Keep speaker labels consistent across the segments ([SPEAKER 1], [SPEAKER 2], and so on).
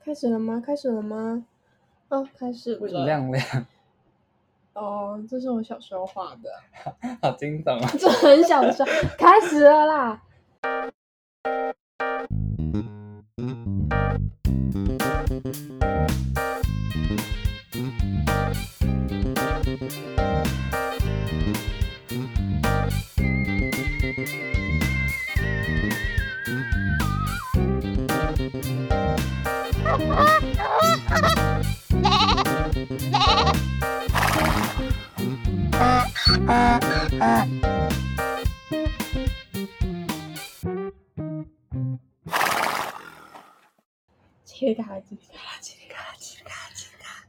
[SPEAKER 1] 开始了吗？开始了吗？哦，开始
[SPEAKER 2] 为什么
[SPEAKER 1] 了。
[SPEAKER 2] 这样亮？
[SPEAKER 1] 哦，这是我小时候画的，
[SPEAKER 2] 好惊悚啊！
[SPEAKER 1] 这很小的时候开始了啦。叽里嘎啦，叽里嘎啦，叽里嘎啦，叽里嘎啦，叽里嘎啦。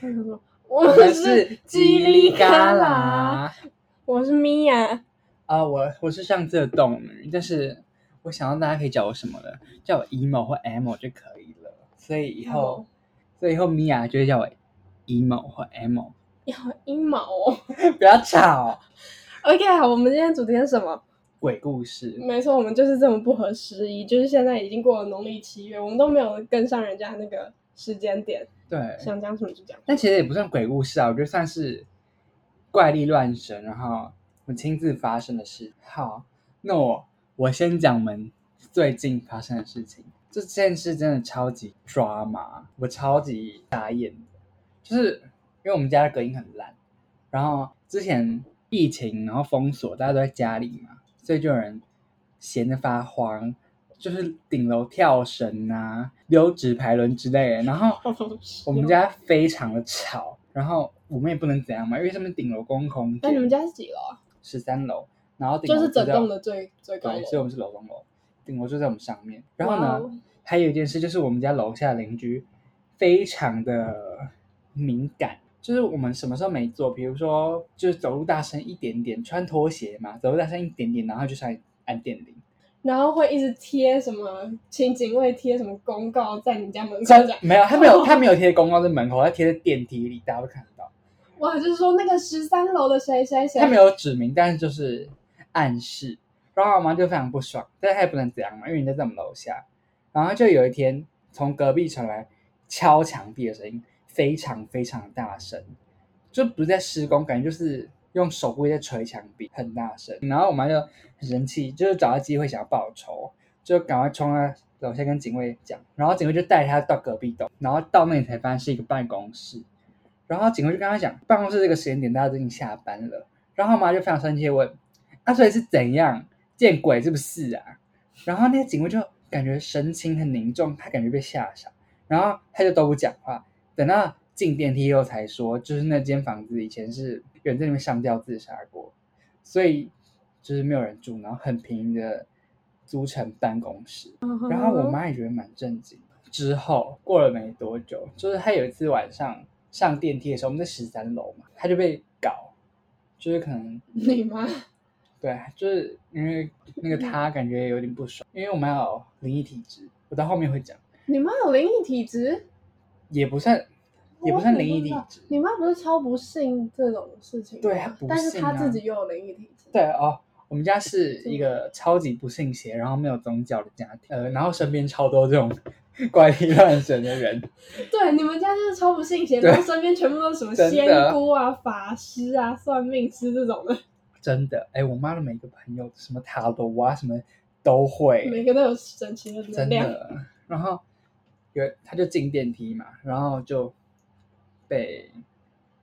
[SPEAKER 1] 开始说，我
[SPEAKER 2] 我
[SPEAKER 1] 们
[SPEAKER 2] 们
[SPEAKER 1] 是
[SPEAKER 2] 是
[SPEAKER 1] 叽里嘎啦，
[SPEAKER 2] 啦
[SPEAKER 1] 我是米娅。
[SPEAKER 2] 啊！我我是上次的动女，但是我想到大家可以叫我什么了，叫我 emo 或 emo 就可以了。所以以后
[SPEAKER 1] 哦，
[SPEAKER 2] 所以以后米娅就会叫我 emo 或 emo。
[SPEAKER 1] 要阴谋哦。
[SPEAKER 2] 不要吵，
[SPEAKER 1] OK，好，我们今天主题是什么？
[SPEAKER 2] 鬼故事。
[SPEAKER 1] 没错，我们就是这么不合时宜，就是现在已经过了农历七月，我们都没有跟上人家那个时间点，
[SPEAKER 2] 对，
[SPEAKER 1] 想讲什么就讲。
[SPEAKER 2] 但其实也不算鬼故事啊，我觉得算是怪力乱神，然后我亲自发生的事。好，那我我先讲我们最近发生的事情。这件事真的超级抓马，我超级傻眼的，就是因为我们家的隔音很烂，然后之前疫情，然后封锁，大家都在家里嘛，所以就有人闲得发慌，就是顶楼跳绳啊、溜直排轮之类的，然后我们家非常的吵，然后我们也不能怎样嘛，因为上面顶楼公空
[SPEAKER 1] 那你们
[SPEAKER 2] 间
[SPEAKER 1] 家是几楼啊？
[SPEAKER 2] 十三楼，然后顶
[SPEAKER 1] 就
[SPEAKER 2] 楼
[SPEAKER 1] 是整
[SPEAKER 2] 在我
[SPEAKER 1] 栋的最最高
[SPEAKER 2] 对，所以
[SPEAKER 1] 楼。
[SPEAKER 2] 我们是楼中楼，顶楼就在我们上面。然后
[SPEAKER 1] 哇
[SPEAKER 2] 呢
[SPEAKER 1] 哦
[SPEAKER 2] 还有一件事就是我们家楼下邻居非常的敏感，就是我们什么时候没做，比如说就是走路大声一点点，穿拖鞋嘛，走路大声一点点，然后就上来按电铃。
[SPEAKER 1] 然后会一直贴什么，请警卫贴什么公告在你家门口
[SPEAKER 2] 真
[SPEAKER 1] 这样，
[SPEAKER 2] 没有，他没有，他没有贴公告在门口，他贴在电梯里，大家都看得到。
[SPEAKER 1] 哇，就是说那个十三楼的谁谁谁，
[SPEAKER 2] 他没有指明，但是就是暗示。然后我妈就非常不爽，但是她也不能怎样嘛，因为人家在我们楼下。然后就有一天，从隔壁传来敲墙壁的声音，非常非常大声，就不是在施工，感觉就是用手臂在捶墙壁，很大声。然后我妈就很生气，就是找到机会想要报仇，就赶快冲到楼下跟警卫讲。然后警卫就带她到隔壁栋，然后到那里才发现是一个办公室。然后警卫就跟她讲，办公室这个时间点大家都已经下班了。然后我妈就非常生气地问：“啊，所以是怎样见鬼是不是啊？”然后那个警卫就感觉神情很凝重，他感觉被吓傻，然后他就都不讲话。等到进电梯后才说，就是那间房子以前是有人在里面上吊自杀过，所以就是没有人住，然后很平的租成办公室。然后我妈也觉得蛮震惊。之后过了没多久，就是她有一次晚上上电梯的时候，我们在十三楼嘛，她就被搞，就是可能
[SPEAKER 1] 你妈，
[SPEAKER 2] 对，就是因为那个她感觉有点不爽，因为我妈有灵异体质，我到后面会讲，
[SPEAKER 1] 你妈有灵异体质，
[SPEAKER 2] 也不算也不算灵异体
[SPEAKER 1] 我不
[SPEAKER 2] 质，
[SPEAKER 1] 你妈不是超不信这种事情吗，
[SPEAKER 2] 对她不
[SPEAKER 1] 但是
[SPEAKER 2] 信
[SPEAKER 1] 她
[SPEAKER 2] 啊
[SPEAKER 1] 自己又有灵异体质，
[SPEAKER 2] 对哦。我们家是一个超级不信邪，然后没有宗教的家庭，呃，然后身边超多这种 怪力乱神的人，
[SPEAKER 1] 对，你们家就是超不信邪，
[SPEAKER 2] 对
[SPEAKER 1] 然后身边全部都是什么
[SPEAKER 2] 真的
[SPEAKER 1] 仙姑啊、法师啊、算命师这种的，
[SPEAKER 2] 真的，哎，我妈的每个朋友，什么塔罗啊，什么都会，
[SPEAKER 1] 每个都有神奇的能
[SPEAKER 2] 真
[SPEAKER 1] 量。
[SPEAKER 2] 的。然后有，她就进电梯嘛，然后就被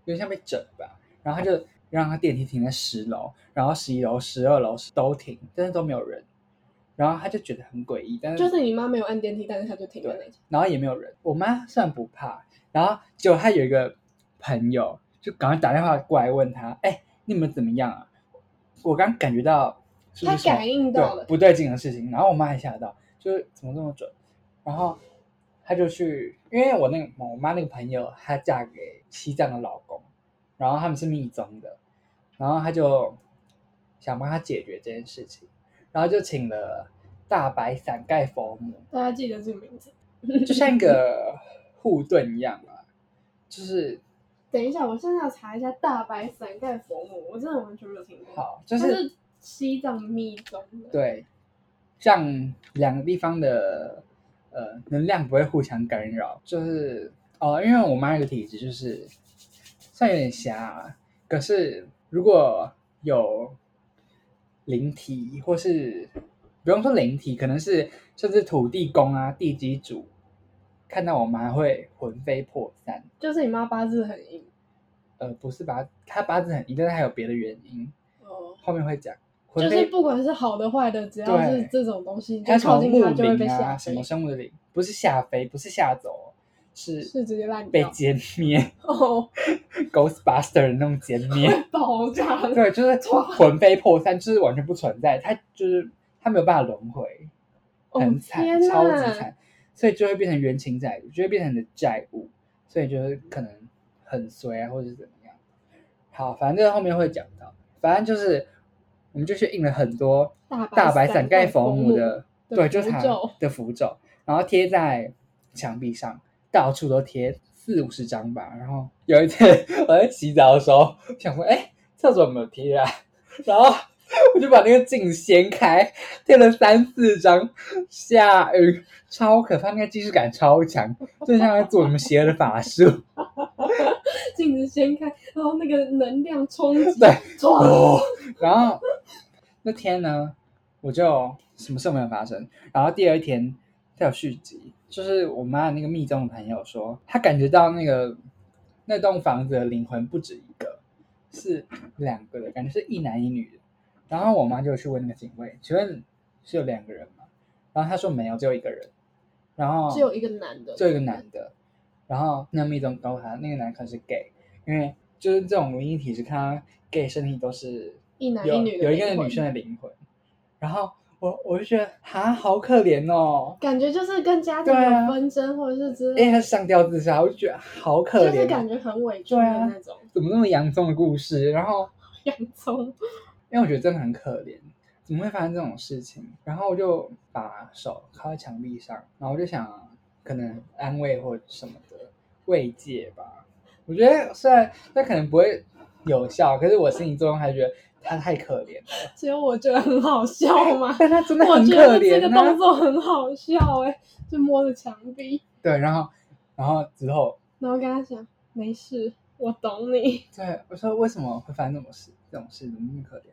[SPEAKER 2] 有点像被整吧，然后她就让她电梯停在十楼，然后十一楼、十二楼都停，但是都没有人，然后她就觉得很诡异，但是
[SPEAKER 1] 就是你妈没有按电梯，但是她就停在那里。
[SPEAKER 2] 然后也没有人。我妈虽然不怕，然后结果她有一个朋友就赶快打电话过来问她：“哎，你们怎么样啊？”我刚感觉到是不是
[SPEAKER 1] 她感应到了
[SPEAKER 2] 对不对劲的事情，然后我妈还吓到，就是怎么这么准？然后她就去，因为我那个我妈那个朋友，她嫁给西藏的老公，然后他们是密宗的，然后她就想帮她解决这件事情，然后就请了大白伞盖佛母，
[SPEAKER 1] 大家记得这个名字。
[SPEAKER 2] 就像一个护盾一样啊，就是
[SPEAKER 1] 等一下，我现在要查一下大白伞盖佛母，我真的完全没有听过。
[SPEAKER 2] 好，就
[SPEAKER 1] 它
[SPEAKER 2] 是
[SPEAKER 1] 是西藏密宗的。
[SPEAKER 2] 对，像两个地方的呃能量不会互相干扰，就是哦，因为我妈有个体质就是，虽然有点狭啊，可是如果有灵体或是不用说灵体，可能是甚至土地公啊、地基主，看到我妈会魂飞魄散。
[SPEAKER 1] 就是你妈八字很硬
[SPEAKER 2] 呃，不是八，她八字很硬，但是还有别的原因，
[SPEAKER 1] 哦，
[SPEAKER 2] 后面会讲。魂
[SPEAKER 1] 就是
[SPEAKER 2] 飞
[SPEAKER 1] 不管是好的坏的，只要
[SPEAKER 2] 对
[SPEAKER 1] 是这种东西，你
[SPEAKER 2] 它
[SPEAKER 1] 就
[SPEAKER 2] 什么
[SPEAKER 1] 靠近
[SPEAKER 2] 木
[SPEAKER 1] 它就会被
[SPEAKER 2] 林
[SPEAKER 1] 吓
[SPEAKER 2] 啊，什
[SPEAKER 1] 飞
[SPEAKER 2] 么，生物的林，不是吓飞，不是吓走，是
[SPEAKER 1] 是直接烂
[SPEAKER 2] 被
[SPEAKER 1] 掉
[SPEAKER 2] 歼灭
[SPEAKER 1] 哦，
[SPEAKER 2] ，Ghostbuster 的那种歼 灭。
[SPEAKER 1] 爆炸了。
[SPEAKER 2] 对，就是魂飞魄散，就是完全不存在，它就是它没有办法轮回，
[SPEAKER 1] 哦
[SPEAKER 2] 很惨，
[SPEAKER 1] 天
[SPEAKER 2] 超级
[SPEAKER 1] 哪
[SPEAKER 2] 惨，所以就会变成冤亲债主，就会变成你的债务，所以就是可能很衰啊，或者是怎么样。好，反正这个后面会讲到，反正就是我们就去印了很多
[SPEAKER 1] 大
[SPEAKER 2] 大白
[SPEAKER 1] 白
[SPEAKER 2] 伞盖
[SPEAKER 1] 盖
[SPEAKER 2] 佛
[SPEAKER 1] 母
[SPEAKER 2] 母的，
[SPEAKER 1] 的
[SPEAKER 2] 对，就是
[SPEAKER 1] 符
[SPEAKER 2] 它
[SPEAKER 1] 咒
[SPEAKER 2] 的符咒，然后贴在墙壁上，到处都贴四五十张吧。然后有一天 我在洗澡的时候，想说，哎，厕所有没有贴啊？ 然后我就把那个镜掀开，贴了三四张，吓晕，超可怕，那个技术感超强，就像在做什么邪恶的法术。
[SPEAKER 1] 镜子掀开，然后那个能量冲击，
[SPEAKER 2] 对，哦
[SPEAKER 1] 唰
[SPEAKER 2] 然后那天呢，我就什么事都没有发生。然后第二天，它有续集，就是我妈的那个密宗的朋友说，她感觉到那个那栋房子的灵魂不止一个，是两个的，感觉是一男一女的。然后我妈就去问那个警卫，请问是有两个人吗？然后他说没有，只有一个人。然后
[SPEAKER 1] 只有一个男的，
[SPEAKER 2] 就一个男的，然后那密宗告诉他那个男可能是 gay，因为就是这种灵异体质，看到 gay 身体都是
[SPEAKER 1] 一男
[SPEAKER 2] 有
[SPEAKER 1] 一女的
[SPEAKER 2] 有一个
[SPEAKER 1] 灵魂
[SPEAKER 2] 女生的灵魂，然后我我就觉得哈好可怜哦，
[SPEAKER 1] 感觉就是跟家庭
[SPEAKER 2] 对啊
[SPEAKER 1] 有纷争或者是之
[SPEAKER 2] 因为
[SPEAKER 1] 类，
[SPEAKER 2] 他是上吊自杀，我就觉得好可
[SPEAKER 1] 就是
[SPEAKER 2] 怜
[SPEAKER 1] 感
[SPEAKER 2] 哦，
[SPEAKER 1] 觉很委屈的
[SPEAKER 2] 对啊
[SPEAKER 1] 那种。
[SPEAKER 2] 怎么那么洋葱的故事？然后
[SPEAKER 1] 洋葱，
[SPEAKER 2] 因为我觉得真的很可怜，怎么会发生这种事情？然后我就把手靠在墙壁上，然后我就想可能安慰或什么的慰藉吧。我觉得虽然那可能不会有效，可是我心理作用还是觉得他太可怜了，
[SPEAKER 1] 只有我觉得很好笑 吗？
[SPEAKER 2] 但他真的
[SPEAKER 1] 我
[SPEAKER 2] 很
[SPEAKER 1] 觉
[SPEAKER 2] 可
[SPEAKER 1] 得这
[SPEAKER 2] 怜
[SPEAKER 1] 个
[SPEAKER 2] 啊
[SPEAKER 1] 动。作很好笑哎、就摸着墙壁，
[SPEAKER 2] 对，然后然后之后
[SPEAKER 1] 然后跟他讲没事，我懂你。
[SPEAKER 2] 对我说为什么会发生这种事？这种事怎么那么可怜？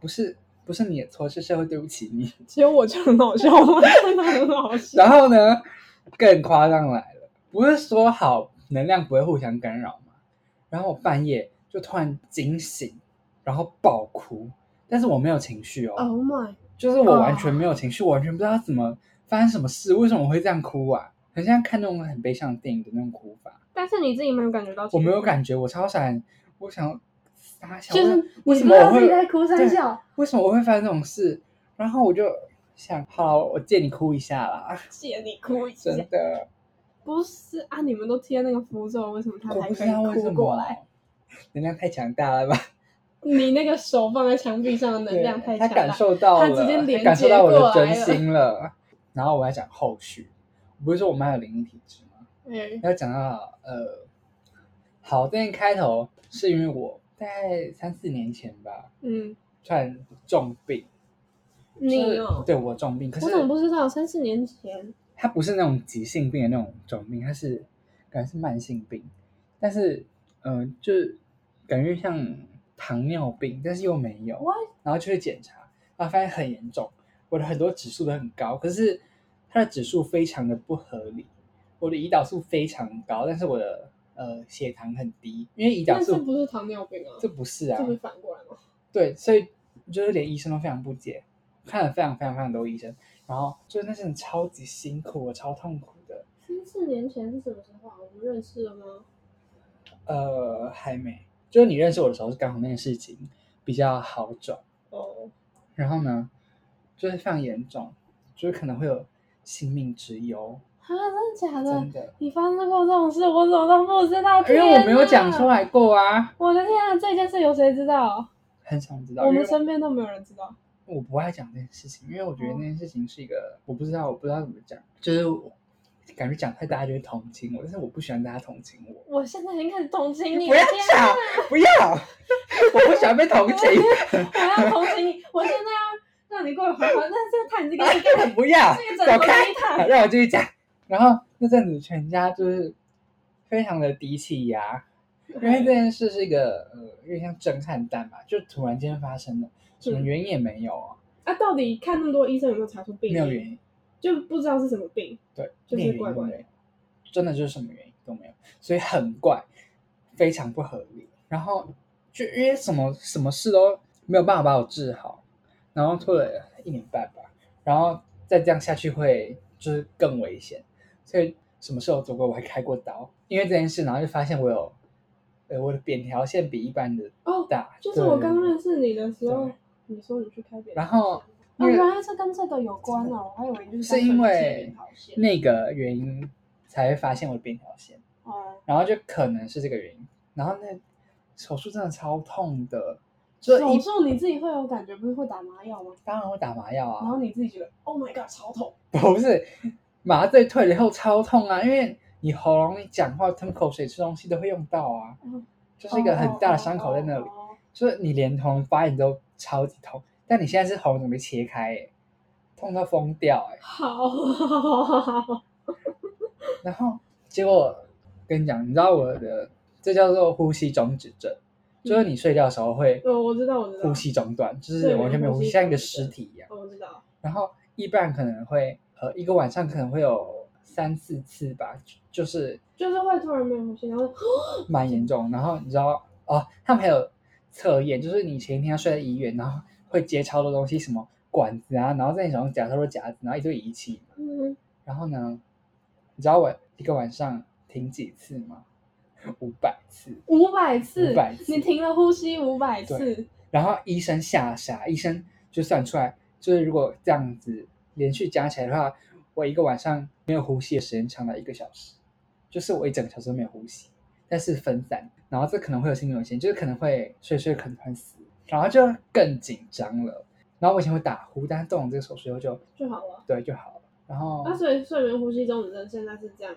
[SPEAKER 2] 不是不是你的错，是社会对不起你。
[SPEAKER 1] 只有我觉得很好笑吗？真的很好笑。
[SPEAKER 2] 然后呢，更夸张来了，不是说好能量不会互相干扰吗？然后我半夜就突然惊醒，然后爆哭，但是我没有情绪哦，
[SPEAKER 1] Oh my，
[SPEAKER 2] 就是我
[SPEAKER 1] 哦
[SPEAKER 2] 完全没有情绪，我完全不知道怎么发生什么事，为什么我会这样哭啊？很像看那种很悲伤的电影的那种哭法，
[SPEAKER 1] 但是你自己没有感觉到，
[SPEAKER 2] 我没有，感觉，我超闪，我想撒小，
[SPEAKER 1] 就是
[SPEAKER 2] 为什
[SPEAKER 1] 你不知
[SPEAKER 2] 么
[SPEAKER 1] 道
[SPEAKER 2] 我会
[SPEAKER 1] 自己在哭三
[SPEAKER 2] 对
[SPEAKER 1] 笑
[SPEAKER 2] 为什么我会发生这种事？然后我就想，好，我借你哭一下啦，
[SPEAKER 1] 借你哭一下
[SPEAKER 2] 真。的。
[SPEAKER 1] 不是啊，你们都贴那个符咒，为什么他
[SPEAKER 2] 我
[SPEAKER 1] 还
[SPEAKER 2] 不
[SPEAKER 1] 可
[SPEAKER 2] 知道为
[SPEAKER 1] 以
[SPEAKER 2] 什
[SPEAKER 1] 哭
[SPEAKER 2] 么
[SPEAKER 1] 过来？，
[SPEAKER 2] 能量太强大了吧？
[SPEAKER 1] 你那个手放在墙壁上的 能量
[SPEAKER 2] 对
[SPEAKER 1] 太
[SPEAKER 2] 他
[SPEAKER 1] 强
[SPEAKER 2] 感
[SPEAKER 1] 了。
[SPEAKER 2] 受到了，
[SPEAKER 1] 他直接连接
[SPEAKER 2] 感受到我的
[SPEAKER 1] 过来
[SPEAKER 2] 真
[SPEAKER 1] 了
[SPEAKER 2] 心了。然后我要讲后续，不是说我妈有灵异体质吗？
[SPEAKER 1] 嗯，
[SPEAKER 2] 要讲到呃，好，这开头是因为我大概三四年前吧，
[SPEAKER 1] 嗯，
[SPEAKER 2] 突然重病，
[SPEAKER 1] 你哦，
[SPEAKER 2] 对我重病，可是
[SPEAKER 1] 我怎么不知道？三四年前，
[SPEAKER 2] 它不是那种急性病的那种重病，它是感觉是慢性病，但是嗯、呃就是感觉像糖尿病，但是又没有
[SPEAKER 1] What？
[SPEAKER 2] 然后就去检查，然后发现很严重，我的很多指数都很高，可是它的指数非常的不合理，我的胰岛素非常高，但是我的呃血糖很低，因为胰
[SPEAKER 1] 那
[SPEAKER 2] 岛
[SPEAKER 1] 这
[SPEAKER 2] 素
[SPEAKER 1] 不是糖尿病啊，
[SPEAKER 2] 这不是啊，
[SPEAKER 1] 这不是反过来吗？
[SPEAKER 2] 对，所以就是连医生都非常不解，看了非常非常非常多医生，然后就是那阵超级辛苦，我超痛苦的。
[SPEAKER 1] 三四年前是什么时候啊？我们认识了吗？
[SPEAKER 2] 呃，还没，就是你认识我的时候，是刚好那件事情比较好转，
[SPEAKER 1] 哦，
[SPEAKER 2] 然后呢，就是非常严重，就是可能会有性命之忧，
[SPEAKER 1] 啊，真的假的
[SPEAKER 2] 真？的，
[SPEAKER 1] 你发生过这种事，我怎么都不知道？
[SPEAKER 2] 因为我没有讲
[SPEAKER 1] 天
[SPEAKER 2] 出
[SPEAKER 1] 哪。
[SPEAKER 2] 来过啊，
[SPEAKER 1] 我的天啊，这件事有谁知道？
[SPEAKER 2] 很想知道，
[SPEAKER 1] 我
[SPEAKER 2] 因
[SPEAKER 1] 们
[SPEAKER 2] 为
[SPEAKER 1] 身边都没有人知道。
[SPEAKER 2] 我不爱讲这件事情，因为我觉得
[SPEAKER 1] 哦
[SPEAKER 2] 那件事情是一个，我不知道，我不知道怎么讲，就是我感觉讲太大家就会同情我，但是我不喜欢大家同情我。
[SPEAKER 1] 我现在已经开始同情你
[SPEAKER 2] 不
[SPEAKER 1] 了，
[SPEAKER 2] 要
[SPEAKER 1] 天哪
[SPEAKER 2] 吵， 不要，我不喜欢被同情。
[SPEAKER 1] 我要同情你，我现在要
[SPEAKER 3] 让你过得好好，那这个探这个这
[SPEAKER 2] 根本不要，
[SPEAKER 3] 个
[SPEAKER 2] 走
[SPEAKER 3] 整
[SPEAKER 2] 开
[SPEAKER 3] 个一探
[SPEAKER 2] 好，让我继续讲。然后那阵子全家就是非常的低气压，因为这件事是一个呃有点像震撼弹吧，就突然间发生的，什么原因也没有啊，
[SPEAKER 1] 啊，到底看那么多医生有没有查出病？
[SPEAKER 2] 没有原因，
[SPEAKER 1] 就不知道是什么病。
[SPEAKER 2] 对，
[SPEAKER 1] 就是
[SPEAKER 2] 一点原因
[SPEAKER 1] 怪
[SPEAKER 2] 都
[SPEAKER 1] 怪
[SPEAKER 2] 没有，真的就是什么原因都没有，所以很怪，非常不合理。然后就因为什么什么事都没有办法把我治好，然后拖了一年半吧，然后再这样下去会就是更危险，所以什么事我做过，我还开过刀，因为这件事，然后就发现我有，呃，我的扁条线比一般的
[SPEAKER 1] 哦
[SPEAKER 2] 大，
[SPEAKER 1] 就是我
[SPEAKER 2] 对
[SPEAKER 1] 刚认识你的时候
[SPEAKER 2] 对，
[SPEAKER 1] 你说你去开别的，
[SPEAKER 2] 然后
[SPEAKER 3] 哦，
[SPEAKER 2] 因为
[SPEAKER 3] 原来是跟这个有关哦，我还以为就是
[SPEAKER 2] 是
[SPEAKER 3] 单纯
[SPEAKER 2] 因
[SPEAKER 3] 牵
[SPEAKER 2] 为
[SPEAKER 3] 引跑线
[SPEAKER 2] 那个原因才会发现我的扁条线。
[SPEAKER 3] 哦，
[SPEAKER 2] 然后就可能是这个原因。然后那手术真的超痛的，就是
[SPEAKER 3] 手
[SPEAKER 2] 一
[SPEAKER 3] 术你自己会有感觉，不是会打麻药吗？
[SPEAKER 2] 当然会打麻药
[SPEAKER 3] 然
[SPEAKER 2] 啊，
[SPEAKER 3] 后你自己觉得 Oh my God，超痛，
[SPEAKER 2] 不是麻醉退了以后超痛啊，因为你喉咙、你讲话、吞口水、吃东西都会用到啊，
[SPEAKER 3] 嗯
[SPEAKER 2] 就是一个很大的伤口在那里，
[SPEAKER 3] 哦。哦哦
[SPEAKER 2] 就是你连同发炎都超级痛。但你现在是喉咙准备切开、欸，痛到疯掉哎、
[SPEAKER 1] 好，好
[SPEAKER 2] 然后结果跟你讲，你知道我的这叫做呼吸中止症，就是你睡觉的时候会
[SPEAKER 1] 嗯我知道我知道
[SPEAKER 2] 呼吸中断，就
[SPEAKER 1] 对
[SPEAKER 2] 是完全没有呼
[SPEAKER 1] 呼
[SPEAKER 2] 吸，
[SPEAKER 1] 吸
[SPEAKER 2] 像一个
[SPEAKER 1] 中
[SPEAKER 2] 尸
[SPEAKER 1] 断
[SPEAKER 2] 体一样。
[SPEAKER 1] 我知道。
[SPEAKER 2] 然后一般可能会呃一个晚上可能会有三四次吧，就就是
[SPEAKER 1] 就是会突然没有呼吸，然后
[SPEAKER 2] 蛮严重。然后你知道哦，他们还有测验，就是你前一天要睡在医院，然后会接超多东西，什么管子啊，然后在你手上夹超多夹子，然后一堆仪器。
[SPEAKER 1] 嗯，
[SPEAKER 2] 然后呢，你知道我一个晚上停几次吗？ 五百次。
[SPEAKER 3] 五百次
[SPEAKER 2] 500，次
[SPEAKER 3] 你停了呼吸五百
[SPEAKER 2] 对
[SPEAKER 3] 次，
[SPEAKER 2] 然后医生吓傻，医生就算出来，就是如果这样子连续加起来的话，我一个晚上没有呼吸的时间长达一个小时，就是我一整个小时都没有呼吸，但是分散，然后这可能会有心理危险，就是可能会睡睡可能会死，然后就更紧张了。然后我以前会打呼，但是动了这个手术以后就
[SPEAKER 1] 就好了。啊
[SPEAKER 2] 对就好了。然后
[SPEAKER 1] 那所以睡眠呼吸中止症现在是这样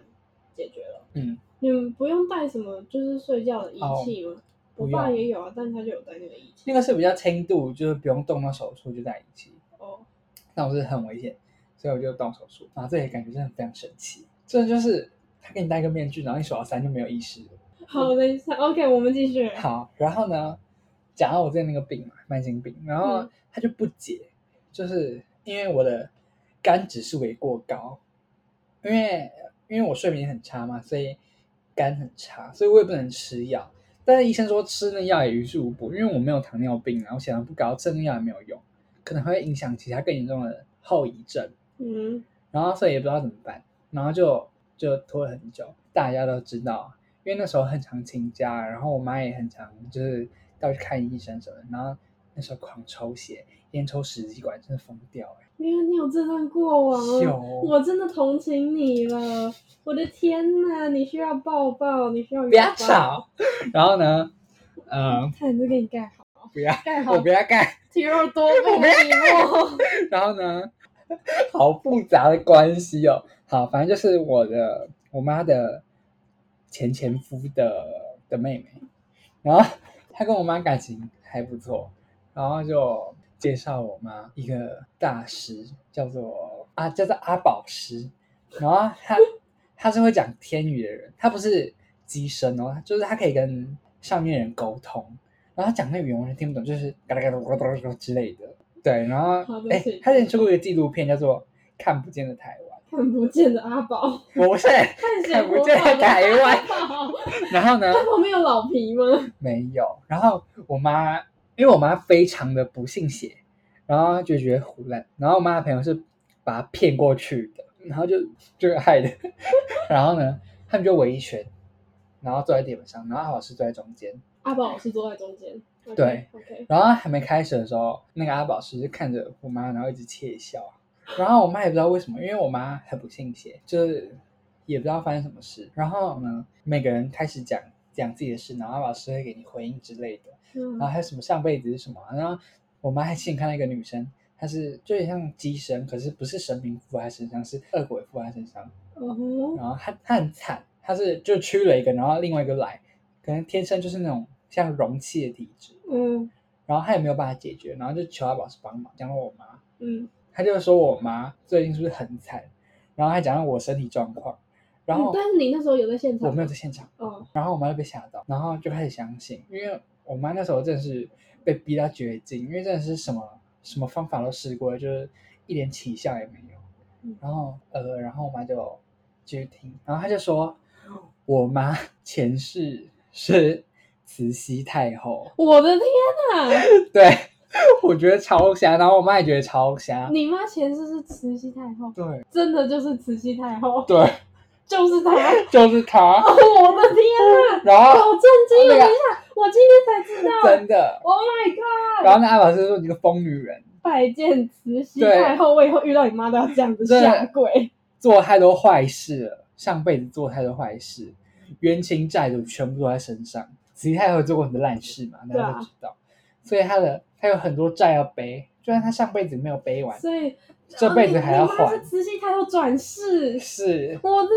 [SPEAKER 1] 解决了。
[SPEAKER 2] 嗯，
[SPEAKER 1] 你们不用带什么就是睡觉的仪器吗？
[SPEAKER 2] 不
[SPEAKER 1] 我
[SPEAKER 2] 用
[SPEAKER 1] 爸也有啊，但他就有带那个仪器。
[SPEAKER 2] 那个是比较轻度，就是不用动到手术就在一起。
[SPEAKER 1] 哦，
[SPEAKER 2] 那我是很危险，所以我就动手术。然后这也感觉真的非常神奇，这就是他给你戴一个面具，然后你数到三就没有意识了。
[SPEAKER 1] 好，等一下，OK，我们继续。
[SPEAKER 2] 好，然后呢，讲到我之前那个病嘛，慢性病，然后
[SPEAKER 1] 嗯
[SPEAKER 2] 他就不解，就是因为我的肝指数也过高，因为因为我睡眠很差嘛，所以肝很差，所以我也不能吃药。但是医生说吃那药也于事无补，因为我没有糖尿病啊，我血糖不高，吃那药也没有用，可能还会影响其他更严重的后遗症。
[SPEAKER 1] 嗯，
[SPEAKER 2] 然后所以也不知道怎么办，然后就就拖了很久。大家都知道，因为那时候很常请假，然后我妈也很常就是要去看医生什么的，然后那时候狂抽血，连抽十几管，真的疯掉哎、
[SPEAKER 1] 因为你有这段过往
[SPEAKER 2] 欸！
[SPEAKER 1] 哦，
[SPEAKER 2] 有，
[SPEAKER 1] 我真的同情你了。我的天呐，你需要抱抱，你需要拥
[SPEAKER 2] 不要
[SPEAKER 1] 抱。
[SPEAKER 2] 吵。然后呢，嗯，
[SPEAKER 1] 看，这给你盖好，
[SPEAKER 2] 不要，
[SPEAKER 1] 盖好
[SPEAKER 2] 我，不要干。
[SPEAKER 1] 体弱多病的你
[SPEAKER 2] 然后呢， 好复杂的关系哦。好，反正就是我的我妈的前前夫的的妹妹，然后她跟我妈感情还不错，然后就介绍我妈一个大师，叫做啊叫做阿宝师，然后他他是会讲天语的人，他不是机身哦，就是他可以跟上面人沟通。然后他讲那语言我完全听不懂，就是嘎啦嘎啦嘎啦嘎啦嘎啦之类的。对，然后
[SPEAKER 1] 好对
[SPEAKER 2] 哎
[SPEAKER 1] 不起，
[SPEAKER 2] 他之前出过一个纪录片，叫做《看不见的台湾
[SPEAKER 1] 看不见的阿宝，》，
[SPEAKER 2] 不是
[SPEAKER 1] 看谁
[SPEAKER 2] 看不见的台湾。
[SPEAKER 1] 湾。
[SPEAKER 2] 然后呢，
[SPEAKER 1] 他旁边有老皮吗？
[SPEAKER 2] 没有。然后我妈，因为我妈非常的不信邪，然后就觉得胡乱。然后我妈的朋友是把她骗过去的，然后就就害的。 然后呢，他们就围一圈，然后坐在地板上，然后老师坐在中间。
[SPEAKER 1] 阿宝是坐在中间。
[SPEAKER 2] 对
[SPEAKER 1] ，OK，
[SPEAKER 2] 然后还没开始的时候，那个阿宝师就看着我妈，然后一直窃笑。然后我妈也不知道为什么，因为我妈很不信邪，就是也不知道发生什么事。然后呢，每个人开始讲讲自己的事，然后阿宝师会给你回应之类的。然
[SPEAKER 1] 嗯，
[SPEAKER 2] 后还有什么上辈子是什么啊、然后我妈还亲眼看到一个女生，她是就有点像鸡身，可是不是神明附在她身上，是恶鬼附在她身上。
[SPEAKER 1] 哦吼，
[SPEAKER 2] 然后她她很惨，她是就屈了一个，然后另外一个来，可能天生就是那种像容器的体质。
[SPEAKER 1] 嗯，
[SPEAKER 2] 然后她也没有办法解决，然后就求阿宝师帮忙，讲到我妈，
[SPEAKER 1] 嗯，
[SPEAKER 2] 他就说我妈最近是不是很惨，然后还讲到我身体状况，然后
[SPEAKER 1] 嗯但是你那时候有在现场吗，
[SPEAKER 2] 我没有在现场，
[SPEAKER 1] 哦，
[SPEAKER 2] 然后我妈就被吓到，然后就开始相信，因为我妈那时候真的是被逼到绝境，因为真的是什么什么方法都试过了，就是一点起效也没有
[SPEAKER 1] 嗯。
[SPEAKER 2] 然后呃，然后我妈就继续听，然后她就说，我妈前世是慈禧太后，
[SPEAKER 1] 我的天哪！
[SPEAKER 2] 对我觉得超瞎，然后我妈也觉得超瞎，
[SPEAKER 3] 你妈前世是慈禧太后，
[SPEAKER 2] 对
[SPEAKER 3] 真的就是慈禧太后，
[SPEAKER 2] 对，
[SPEAKER 3] 就是她。哦，
[SPEAKER 2] 就是她，
[SPEAKER 3] 我的 天
[SPEAKER 2] 然
[SPEAKER 3] 哪，
[SPEAKER 2] 后
[SPEAKER 3] 好震惊！
[SPEAKER 2] 那
[SPEAKER 3] 等
[SPEAKER 2] 个
[SPEAKER 3] 一下，我今天才知道。
[SPEAKER 2] 真的，
[SPEAKER 3] Oh my god！
[SPEAKER 2] 然后那阿宝是说你个疯女人，
[SPEAKER 3] 拜见慈禧太后，我以后遇到你妈都要这样子
[SPEAKER 2] 对
[SPEAKER 3] 下 跪。
[SPEAKER 2] 做太多坏事了，上辈子做太多坏事，冤亲债主全部都在身上。慈禧太后有做过很多烂事嘛，大
[SPEAKER 3] 对啊
[SPEAKER 2] 家都知道，所以她的她有很多债要背，就算她上辈子没有背完，
[SPEAKER 3] 所以
[SPEAKER 2] 这辈子还要
[SPEAKER 3] 哦你你妈
[SPEAKER 2] 还
[SPEAKER 3] 是。慈禧太后转世，
[SPEAKER 2] 是，
[SPEAKER 3] 我的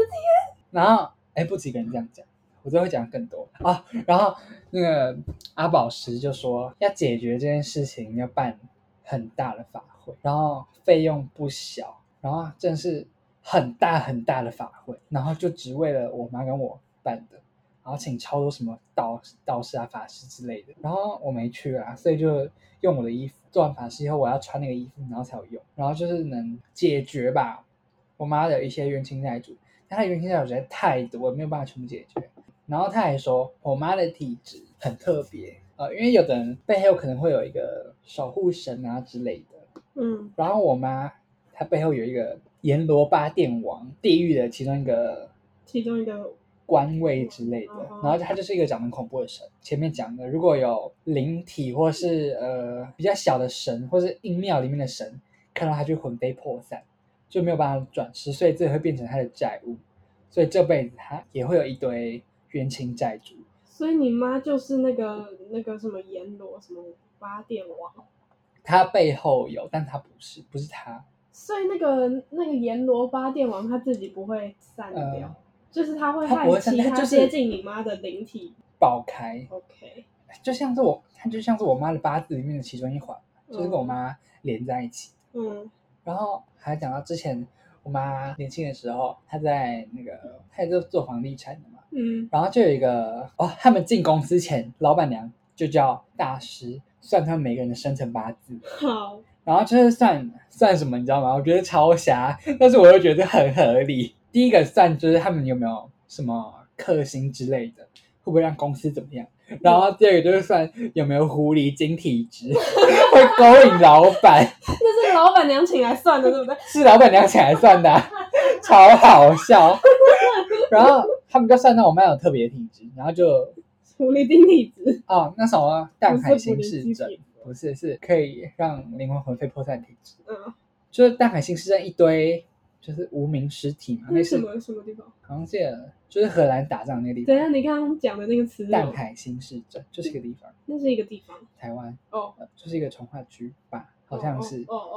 [SPEAKER 2] 然后哎，不止一个人这样讲，我都会讲更多啊。然后那个阿宝石就说要解决这件事情，要办很大的法会，然后费用不小，然后真是很大很大的法会，然后就只为了我妈跟我办的，然后请超多什么道道士啊、法师之类的，然后我没去啊，所以就用我的衣服。做完法师以后，我要穿那个衣服，然后才有用，然后就是能解决吧我妈的一些冤亲债主。但她的冤亲债主实在太多，没有办法全部解决。然后她还说，我妈的体质很特别，呃，因为有的人背后可能会有一个守护神啊之类的，
[SPEAKER 1] 嗯，
[SPEAKER 2] 然后我妈她背后有一个阎罗八殿王，地狱的其中一个
[SPEAKER 1] 其中一个
[SPEAKER 2] 官位之类的
[SPEAKER 1] 嗯，哼
[SPEAKER 2] 然后他就是一个长得恐怖的神。前面讲的，如果有灵体或是呃比较小的神，或是阴庙里面的神，看到他就魂飞魄散，就没有办法转世，所以这会变成他的债务，所以这辈子他也会有一堆冤亲债主。
[SPEAKER 1] 所以你妈就是那个那个什么阎罗什么八殿王，
[SPEAKER 2] 他背后有，但他不是，不是他，
[SPEAKER 1] 所以那个那个阎罗八殿王他自己不会散掉，
[SPEAKER 2] 呃，
[SPEAKER 1] 就是他会
[SPEAKER 2] 他不会
[SPEAKER 1] 和
[SPEAKER 2] 散
[SPEAKER 1] 其
[SPEAKER 2] 掉
[SPEAKER 1] 他
[SPEAKER 2] 就是
[SPEAKER 1] 接近你妈的灵体。
[SPEAKER 2] 爆开，
[SPEAKER 1] OK，
[SPEAKER 2] 就像是我，他就像是我妈的八字里面的其中一环，就是跟我妈连在一起。
[SPEAKER 1] 嗯
[SPEAKER 2] 然后还讲到之前我妈年轻的时候，她在那个她也是做房地产的嘛，
[SPEAKER 1] 嗯，
[SPEAKER 2] 然后就有一个哦，他们进公司前，老板娘就叫大师算他们每个人的生辰八字，
[SPEAKER 1] 好，
[SPEAKER 2] 然后就是算算什么，你知道吗？我觉得超瞎，但是我又觉得很合理。第一个算就是他们有没有什么克星之类的，会不会让公司怎么样？然后第二个就是算有没有狐狸精体质， 会勾引老板。
[SPEAKER 1] 那是老板娘请来算的，对不 对？
[SPEAKER 2] 是老板娘请来算的啊、 超好笑。然后他们就算到我妈有特别体质，然后就
[SPEAKER 1] 狐狸精体质，
[SPEAKER 2] 哦，那什么蛋海
[SPEAKER 1] 不是
[SPEAKER 2] 星
[SPEAKER 1] 狐狸
[SPEAKER 2] 市
[SPEAKER 1] 精
[SPEAKER 2] 症
[SPEAKER 1] 体，
[SPEAKER 2] 不是，是可以让灵魂魂飞魄散体质，
[SPEAKER 1] 嗯，
[SPEAKER 2] 就是蛋海星市症一堆就是无名尸体嘛，
[SPEAKER 1] 那
[SPEAKER 2] 那
[SPEAKER 1] 是什
[SPEAKER 2] 是
[SPEAKER 1] 么啊什么地方？
[SPEAKER 2] 好像记得就是荷兰打仗那个地
[SPEAKER 1] 等一
[SPEAKER 2] 方，
[SPEAKER 1] 下你刚刚讲的那个词是什
[SPEAKER 2] 蛋
[SPEAKER 1] 么，
[SPEAKER 2] 海星市症就是一个地方，
[SPEAKER 1] 那是一个地方
[SPEAKER 2] 台湾
[SPEAKER 1] 哦，
[SPEAKER 2] 呃就是一个从化区吧，好像是。
[SPEAKER 1] 哦哦哦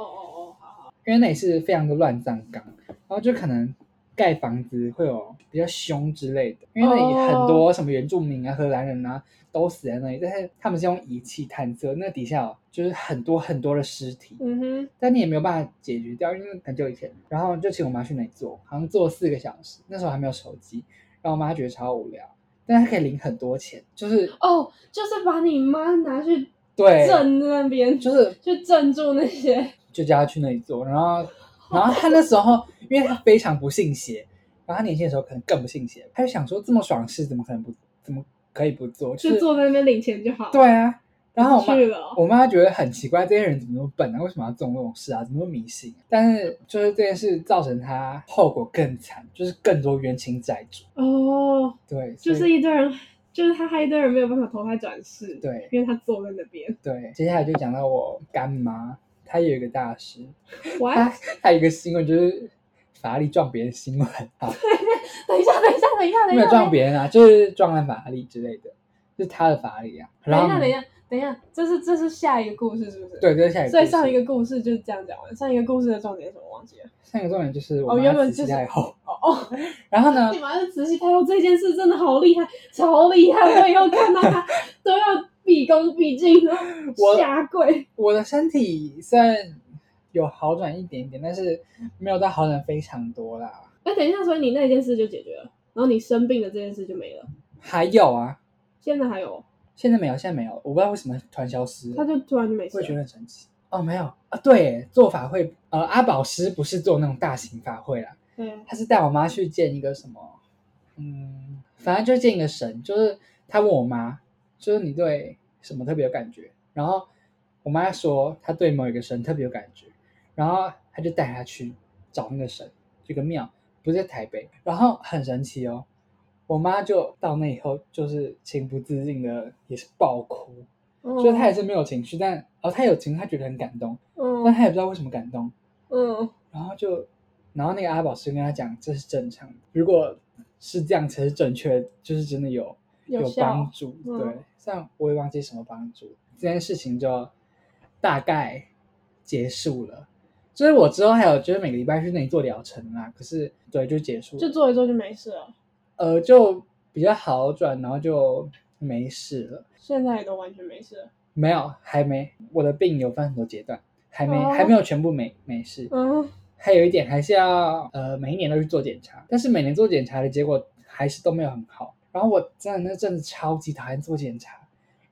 [SPEAKER 1] 哦，好，
[SPEAKER 2] 因为那里是非常的乱葬岗，然后就可能盖房子会有比较凶之类的，因为那里很多什么原住民啊、荷兰人啊都死在那里，但是他们是用仪器探测，那底下有就是很多很多的尸体，
[SPEAKER 1] 嗯哼，
[SPEAKER 2] 但你也没有办法解决掉，因为很久以前，然后就请我妈去那里做，好像做四个小时，那时候还没有手机，然后我妈觉得超无聊，但她可以领很多钱，就是
[SPEAKER 3] 哦，就是把你妈拿去
[SPEAKER 2] 对，
[SPEAKER 3] 镇那边，
[SPEAKER 2] 就是
[SPEAKER 3] 去镇住那些。
[SPEAKER 2] 就叫他去那里做，然后，然后他那时候，因为他非常不信邪，然后他年轻的时候可能更不信邪，他就想说这么爽的事怎么可能不怎么可以不做？
[SPEAKER 1] 就
[SPEAKER 2] 就
[SPEAKER 1] 是坐在那边领钱就好。，
[SPEAKER 2] 对啊，然后我妈
[SPEAKER 1] 去了哦。
[SPEAKER 2] 我妈觉得很奇怪，这些人怎么那么笨啊？为什么要做这种事啊？怎么那么迷信、但是就是这件事造成他后果更惨，就是更多冤亲债主。
[SPEAKER 1] 哦，
[SPEAKER 2] 对，所
[SPEAKER 1] 就
[SPEAKER 2] 以
[SPEAKER 1] 是一堆人，就是他害一堆人没有办法投胎转世，，
[SPEAKER 2] 对
[SPEAKER 1] 因为他坐在那 边。
[SPEAKER 2] 对。接下来就讲到我干妈，她有一个大师，
[SPEAKER 1] 我还
[SPEAKER 2] 她她有一个新闻就是法拉利撞别人的新闻，好。
[SPEAKER 3] 等一下，等一下，等一下，等一
[SPEAKER 2] 没有
[SPEAKER 3] 下，
[SPEAKER 2] 撞别人啊，就是撞烂法拉利之类的，就是他的法拉利啊。然
[SPEAKER 3] 等
[SPEAKER 2] 后
[SPEAKER 3] 一下，等一下，等一下，这是这是下一个故事是不是？。
[SPEAKER 2] 对，这是下一个故事。
[SPEAKER 1] 所以上一个故事就是这样讲完，上一个故事的重点是什么忘记了？
[SPEAKER 2] 上一个重点就是我
[SPEAKER 1] 哦
[SPEAKER 2] 妈
[SPEAKER 1] 原本
[SPEAKER 2] 慈禧
[SPEAKER 1] 就是
[SPEAKER 2] 太后。
[SPEAKER 1] 哦哦，
[SPEAKER 2] 然后 呢
[SPEAKER 3] 你，妈是慈禧太后这件事真的好厉害，超厉害！我以后看到 她都要毕恭毕敬，然后
[SPEAKER 2] 我
[SPEAKER 3] 下跪。
[SPEAKER 2] 我的身体虽然有好转一点点，但是没有到好转非常多啦。
[SPEAKER 3] 哎，等一下，所以你那件事就解决了，然后你生病的这件事就没了。
[SPEAKER 2] 还有啊，
[SPEAKER 3] 现在还有，
[SPEAKER 2] 现在没有，现在没有，我不知道为什么突然消失
[SPEAKER 3] 他
[SPEAKER 2] 了，
[SPEAKER 3] 就突然就没事
[SPEAKER 2] 嗯我也觉
[SPEAKER 3] 了。
[SPEAKER 2] 得很神奇。哦，没有啊，对耶，做法会，呃，阿宝师不是做那种大型法会啦，
[SPEAKER 3] 对，
[SPEAKER 2] 他是带我妈去见一个什么，嗯，反正就见一个神，就是他问我妈，就是你对什么特别有感觉，然后我妈说她对某一个神特别有感觉，然后他就带她去找那个神，这个庙不是在台北，然后很神奇哦，我妈就到那以后就是情不自禁的也是爆哭，所以她也是没有情绪，但哦她有情绪，她觉得很感动，
[SPEAKER 3] 哦
[SPEAKER 1] 嗯
[SPEAKER 2] 但她也不知道为什么感动，
[SPEAKER 1] 嗯，
[SPEAKER 2] 然后就，然后那个阿宝师跟他讲，这是正常的，如果是这样才是正确的，就是真的有
[SPEAKER 1] 有效
[SPEAKER 2] 帮助。
[SPEAKER 1] 嗯
[SPEAKER 2] 对，但我也忘记什么帮助，这件事情就大概结束了。就是我之后还有就是每个礼拜去那里做疗程啦，可是对就结束了，
[SPEAKER 1] 就做一做就没事了，
[SPEAKER 2] 呃就比较好转，然后就没事了。
[SPEAKER 1] 现在也都完全没事了。
[SPEAKER 2] 没有，还没，我的病有分很多阶段，还没、
[SPEAKER 1] 哦
[SPEAKER 2] 还没有全部没没事。
[SPEAKER 1] 嗯，
[SPEAKER 2] 还有一点还是要呃每一年都去做检查，但是每年做检查的结果还是都没有很好。然后我真的那阵子超级讨厌做检查，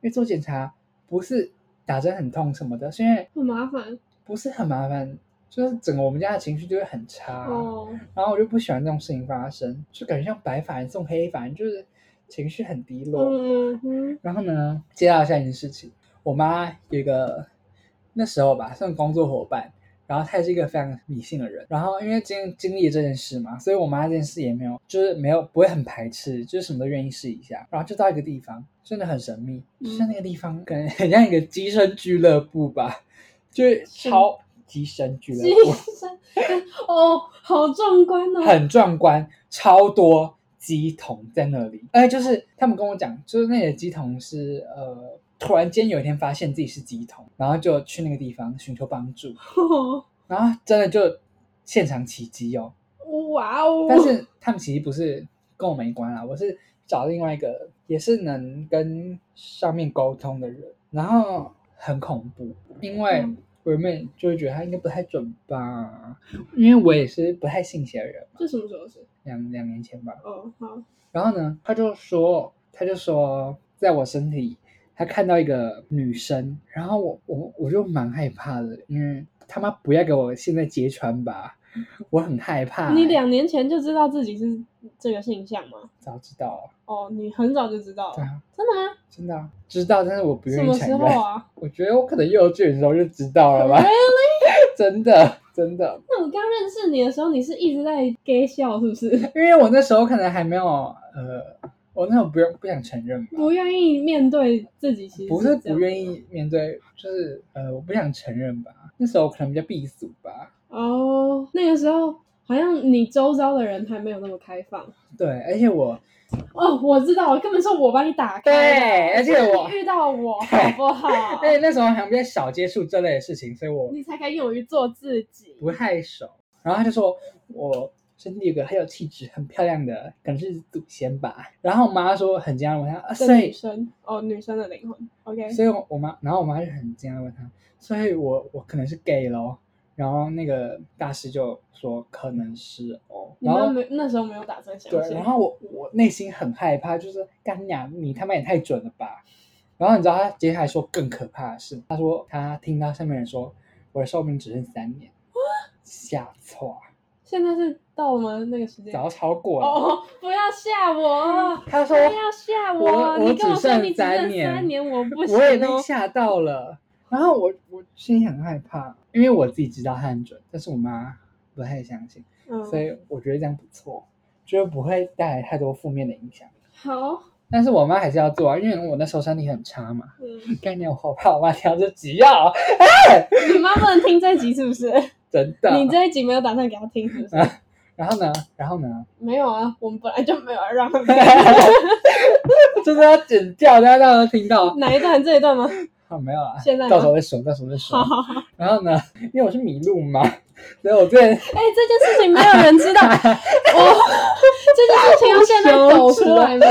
[SPEAKER 2] 因为做检查不是打针很痛什么的，是因为
[SPEAKER 3] 很麻烦
[SPEAKER 2] 不是很麻烦，就是整个我们家的情绪就会很差。啊
[SPEAKER 3] 哦。
[SPEAKER 2] 然后我就不喜欢这种事情发生，就感觉像白发人送黑发人，就是情绪很低落。
[SPEAKER 1] 嗯嗯嗯
[SPEAKER 2] 然后呢，接到下一件事情，我妈有一个那时候吧，算工作伙伴，然后她也是一个非常理性的人。然后因为经经历了这件事嘛，所以我妈这件事也没有，就是没有不会很排斥，就是什么都愿意试一下。然后就到一个地方，真的很神秘，就像那个地方，可能 很像一个鸡生俱乐部吧，就是超鸡生俱乐
[SPEAKER 3] 鸡
[SPEAKER 2] 部。
[SPEAKER 3] 生 哦，好壮观哦！
[SPEAKER 2] 很壮观，超多鸡童在那里。哎，就是他们跟我讲，就是那里的鸡童是呃，突然间有一天发现自己是鸡童，然后就去那个地方寻求帮助，
[SPEAKER 3] 哦
[SPEAKER 2] 然后真的就现场起鸡哦。
[SPEAKER 1] 哇哦！
[SPEAKER 2] 但是他们其实不是跟我没关啦，我是找另外一个也是能跟上面沟通的人，然后很恐怖，因为
[SPEAKER 1] 嗯
[SPEAKER 2] 我原本就会觉得他应该不太准吧，因为我也是不太信邪的人嘛，
[SPEAKER 1] 这什么时候是？
[SPEAKER 2] 两两年前吧，
[SPEAKER 1] 哦，好，
[SPEAKER 2] 然后呢，他就说，他就说，在我身体，他看到一个女生，然后我我我就蛮害怕的，因
[SPEAKER 1] 嗯
[SPEAKER 2] 为他妈不要给我现在揭穿吧，我很害 怕、
[SPEAKER 1] 你两年前就知道自己是这个性向吗？
[SPEAKER 2] 早知道
[SPEAKER 1] 哦，你很早就知道
[SPEAKER 2] 了，对
[SPEAKER 1] 了，
[SPEAKER 2] 啊，
[SPEAKER 1] 真的吗？
[SPEAKER 2] 真的啊、知道，但是我不
[SPEAKER 1] 什
[SPEAKER 2] 愿意
[SPEAKER 1] 么
[SPEAKER 2] 承
[SPEAKER 1] 时
[SPEAKER 2] 认。
[SPEAKER 1] 候 啊？
[SPEAKER 2] 我觉得我可能幼稚园的时候就知道了吧
[SPEAKER 1] Really？
[SPEAKER 2] 真的真的，
[SPEAKER 3] 哎那我刚认识你的时候，你是一直在 gay 笑，是不是？
[SPEAKER 2] 因为我那时候可能还没有呃，我那时候不用不想承认吧。
[SPEAKER 3] 不愿意面对自己，其实
[SPEAKER 2] 不是不
[SPEAKER 3] 意
[SPEAKER 2] 愿意面对，就是呃，我不想承认吧。那时候可能比较避俗吧，
[SPEAKER 3] 哦。那个时候好像你周遭的人还没有那么开放
[SPEAKER 2] 对，而且我
[SPEAKER 3] 哦。我知道，我根本是我帮你打开的，
[SPEAKER 2] 对而且我
[SPEAKER 3] 是你遇到我好不好？
[SPEAKER 2] 而且那时候还比较少接触这类的事情，所以我
[SPEAKER 3] 你才敢勇于做自己。
[SPEAKER 2] 不太熟。然后他就说我身体有个很有气质、很漂亮的，可能是祖先吧。然后我妈说很惊讶地问她，啊、
[SPEAKER 1] 这
[SPEAKER 2] 所
[SPEAKER 1] 女
[SPEAKER 2] 以
[SPEAKER 1] 生哦，女生的灵魂。OK，
[SPEAKER 2] 所以我我妈，然后我妈就很惊讶地问她，所以我我可能是 gay 咯。然后那个大师就说可能是哦，
[SPEAKER 1] 你
[SPEAKER 2] 然后
[SPEAKER 1] 们没那时候没有打算相
[SPEAKER 2] 对，
[SPEAKER 1] 信
[SPEAKER 2] 然。后我我内心很害怕，就是干娘，你他妈也太准了吧！然后你知道他接下来说更可怕的是，他说他听到上面人说我的寿命只剩三年，吓错，啊
[SPEAKER 1] 现在是到了吗？那个时间？
[SPEAKER 2] 早超过了。
[SPEAKER 3] 哦，不要吓我！
[SPEAKER 2] 他
[SPEAKER 3] 不
[SPEAKER 2] 说
[SPEAKER 3] 要吓
[SPEAKER 2] 我我
[SPEAKER 3] 你跟我
[SPEAKER 2] 只
[SPEAKER 3] 说
[SPEAKER 2] 剩
[SPEAKER 3] 你只
[SPEAKER 2] 三
[SPEAKER 3] 剩
[SPEAKER 2] 年
[SPEAKER 3] 三年，我不行
[SPEAKER 2] 我也被
[SPEAKER 3] 哦。
[SPEAKER 2] 吓到了，然后我我心里很害怕，因为我自己知道他很准，但是我妈不太相信，所
[SPEAKER 1] 嗯，
[SPEAKER 2] 以我觉得这样不错，就是不会带来太多负面的影响。
[SPEAKER 3] 好，
[SPEAKER 2] 但是我妈还是要做啊，因为我那时候身体很差嘛。
[SPEAKER 1] 嗯
[SPEAKER 2] 概念，我怕我妈听到这集啊，
[SPEAKER 3] 你妈不能听这集是不是？
[SPEAKER 2] 真的。
[SPEAKER 1] 你这一集没有打算给他听是不是？
[SPEAKER 2] 然后呢，然后呢，
[SPEAKER 1] 没有啊，我们本来就没有要让他们
[SPEAKER 2] 就是要剪掉，大家到时候听到。
[SPEAKER 1] 哪一段这一段吗？
[SPEAKER 2] 好，没有啊，
[SPEAKER 1] 现在吗
[SPEAKER 2] 到时候再说，到时候再说。
[SPEAKER 1] 好好好，
[SPEAKER 2] 然后呢，因为我是迷路嘛， 所以我这 哦
[SPEAKER 3] 哎、这件事情没有人知道，我这件事情要现在抖出出来吗？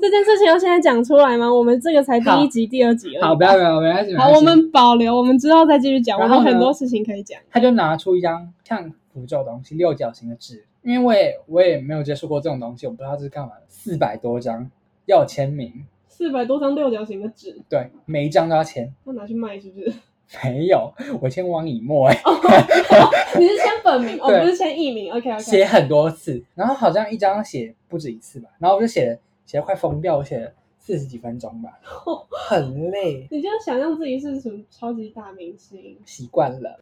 [SPEAKER 1] 这件事情要现在讲出来吗？我们这个才第一集、第二集而已。
[SPEAKER 2] 好，不要不要，没关系，没
[SPEAKER 1] 好，
[SPEAKER 2] 关系
[SPEAKER 1] 我们保留，我们之后再继续讲，我
[SPEAKER 2] 然后
[SPEAKER 1] 们
[SPEAKER 2] 呢
[SPEAKER 1] 很多事情可以讲。
[SPEAKER 2] 他就拿出一张像符咒的东西，六角形的纸，因为我也我也没有接触过这种东西，我不知道这是干嘛的。四百多张要我签名，
[SPEAKER 1] 四百多张六角形的纸，
[SPEAKER 2] 对，每一张都要签。
[SPEAKER 1] 要拿去卖是不是？
[SPEAKER 2] 没有，我签王以沫、欸，
[SPEAKER 1] 你是签本名，哦，
[SPEAKER 2] 对
[SPEAKER 1] 不是签艺名。OK OK。
[SPEAKER 2] 写很多次，然后好像一张写不止一次吧，然后我就写了写的快疯掉，我写了四十几分钟吧，
[SPEAKER 1] 哦
[SPEAKER 2] 很累，
[SPEAKER 1] 你就想象自己是什么超级大明 星，哦
[SPEAKER 2] 习惯了。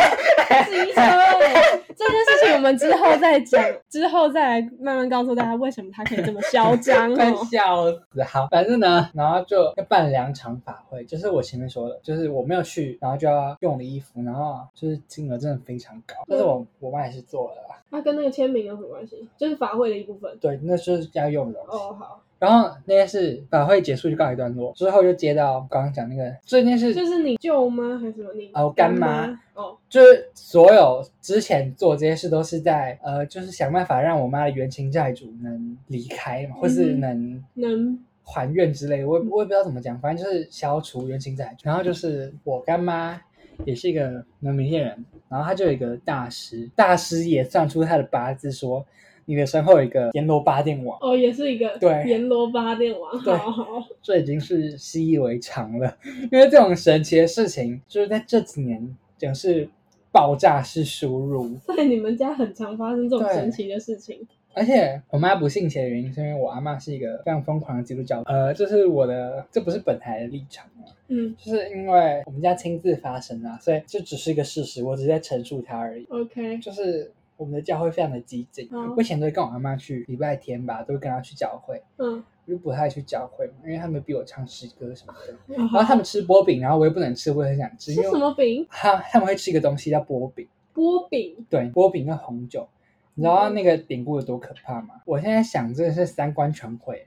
[SPEAKER 1] 机车嘞！欸这件事情我们之后再讲，之后再来慢慢告诉大家为什么他可以这么嚣张
[SPEAKER 2] 快
[SPEAKER 1] 哦。
[SPEAKER 2] 笑死！好，反正呢，然后就要办两场法会，就是我前面说的，就是我没有去，然后就要用我的衣服，然后就是金额真的非常高，但是
[SPEAKER 1] 嗯
[SPEAKER 2] 我我妈也是做了啦，
[SPEAKER 1] 那跟那个签名有什么关系？就是法会的一部分。
[SPEAKER 2] 对，那就是要用的东西。
[SPEAKER 1] 哦，好，
[SPEAKER 2] 然后那件事法会结束就告一段落，之后就接到刚刚讲那个这件事，
[SPEAKER 1] 就是你舅妈还是什么？你
[SPEAKER 2] 哦
[SPEAKER 1] 干
[SPEAKER 2] 干妈
[SPEAKER 1] 哦，
[SPEAKER 2] 就是所有之前做这些事都是在呃，就是想办法让我妈的冤亲债主能离开嘛，或是
[SPEAKER 1] 嗯哼
[SPEAKER 2] 能
[SPEAKER 1] 能
[SPEAKER 2] 还愿之类，我也我也不知道怎么讲，反正就是消除冤亲债主。然后就是我干妈也是一个能明线人，然后她就有一个大师，大师也算出她的八字说，你的身后有一个阎罗八殿王，
[SPEAKER 1] 哦，也是一个
[SPEAKER 2] 对
[SPEAKER 1] 阎罗八殿王。
[SPEAKER 2] 对
[SPEAKER 1] 好好，
[SPEAKER 2] 这已经是习以为常了。因为这种神奇的事情，就是在这几年整是爆炸式输入，
[SPEAKER 1] 在你们家很常发生这种
[SPEAKER 2] 对
[SPEAKER 1] 神奇的事情。
[SPEAKER 2] 而且我妈不信邪的原因，是因为我阿妈是一个非常疯狂的基督教徒，呃，这是我的，这不是本台的立场啊。
[SPEAKER 1] 嗯
[SPEAKER 2] 就是因为我们家亲自发生啊，所以这只是一个事实，我只是在陈述它而已。
[SPEAKER 1] ，OK，
[SPEAKER 2] 就是我们的教会非常的激进，
[SPEAKER 1] 嗯
[SPEAKER 2] 我以前都会跟我阿妈去礼拜天吧，都会跟她去教会，
[SPEAKER 1] 嗯，
[SPEAKER 2] 我就不太去教会嘛，因为他们逼我唱诗歌什么 的。
[SPEAKER 1] 然
[SPEAKER 2] 然后他们吃波饼，然后我也不能吃，我也很想吃，
[SPEAKER 1] 是
[SPEAKER 2] 因为
[SPEAKER 1] 什么饼？
[SPEAKER 2] 他他们会吃一个东西叫波饼，
[SPEAKER 1] 波饼。
[SPEAKER 2] 对，波饼跟红酒。你知道那个典故有多可怕吗？我现在想真的是三观全毁，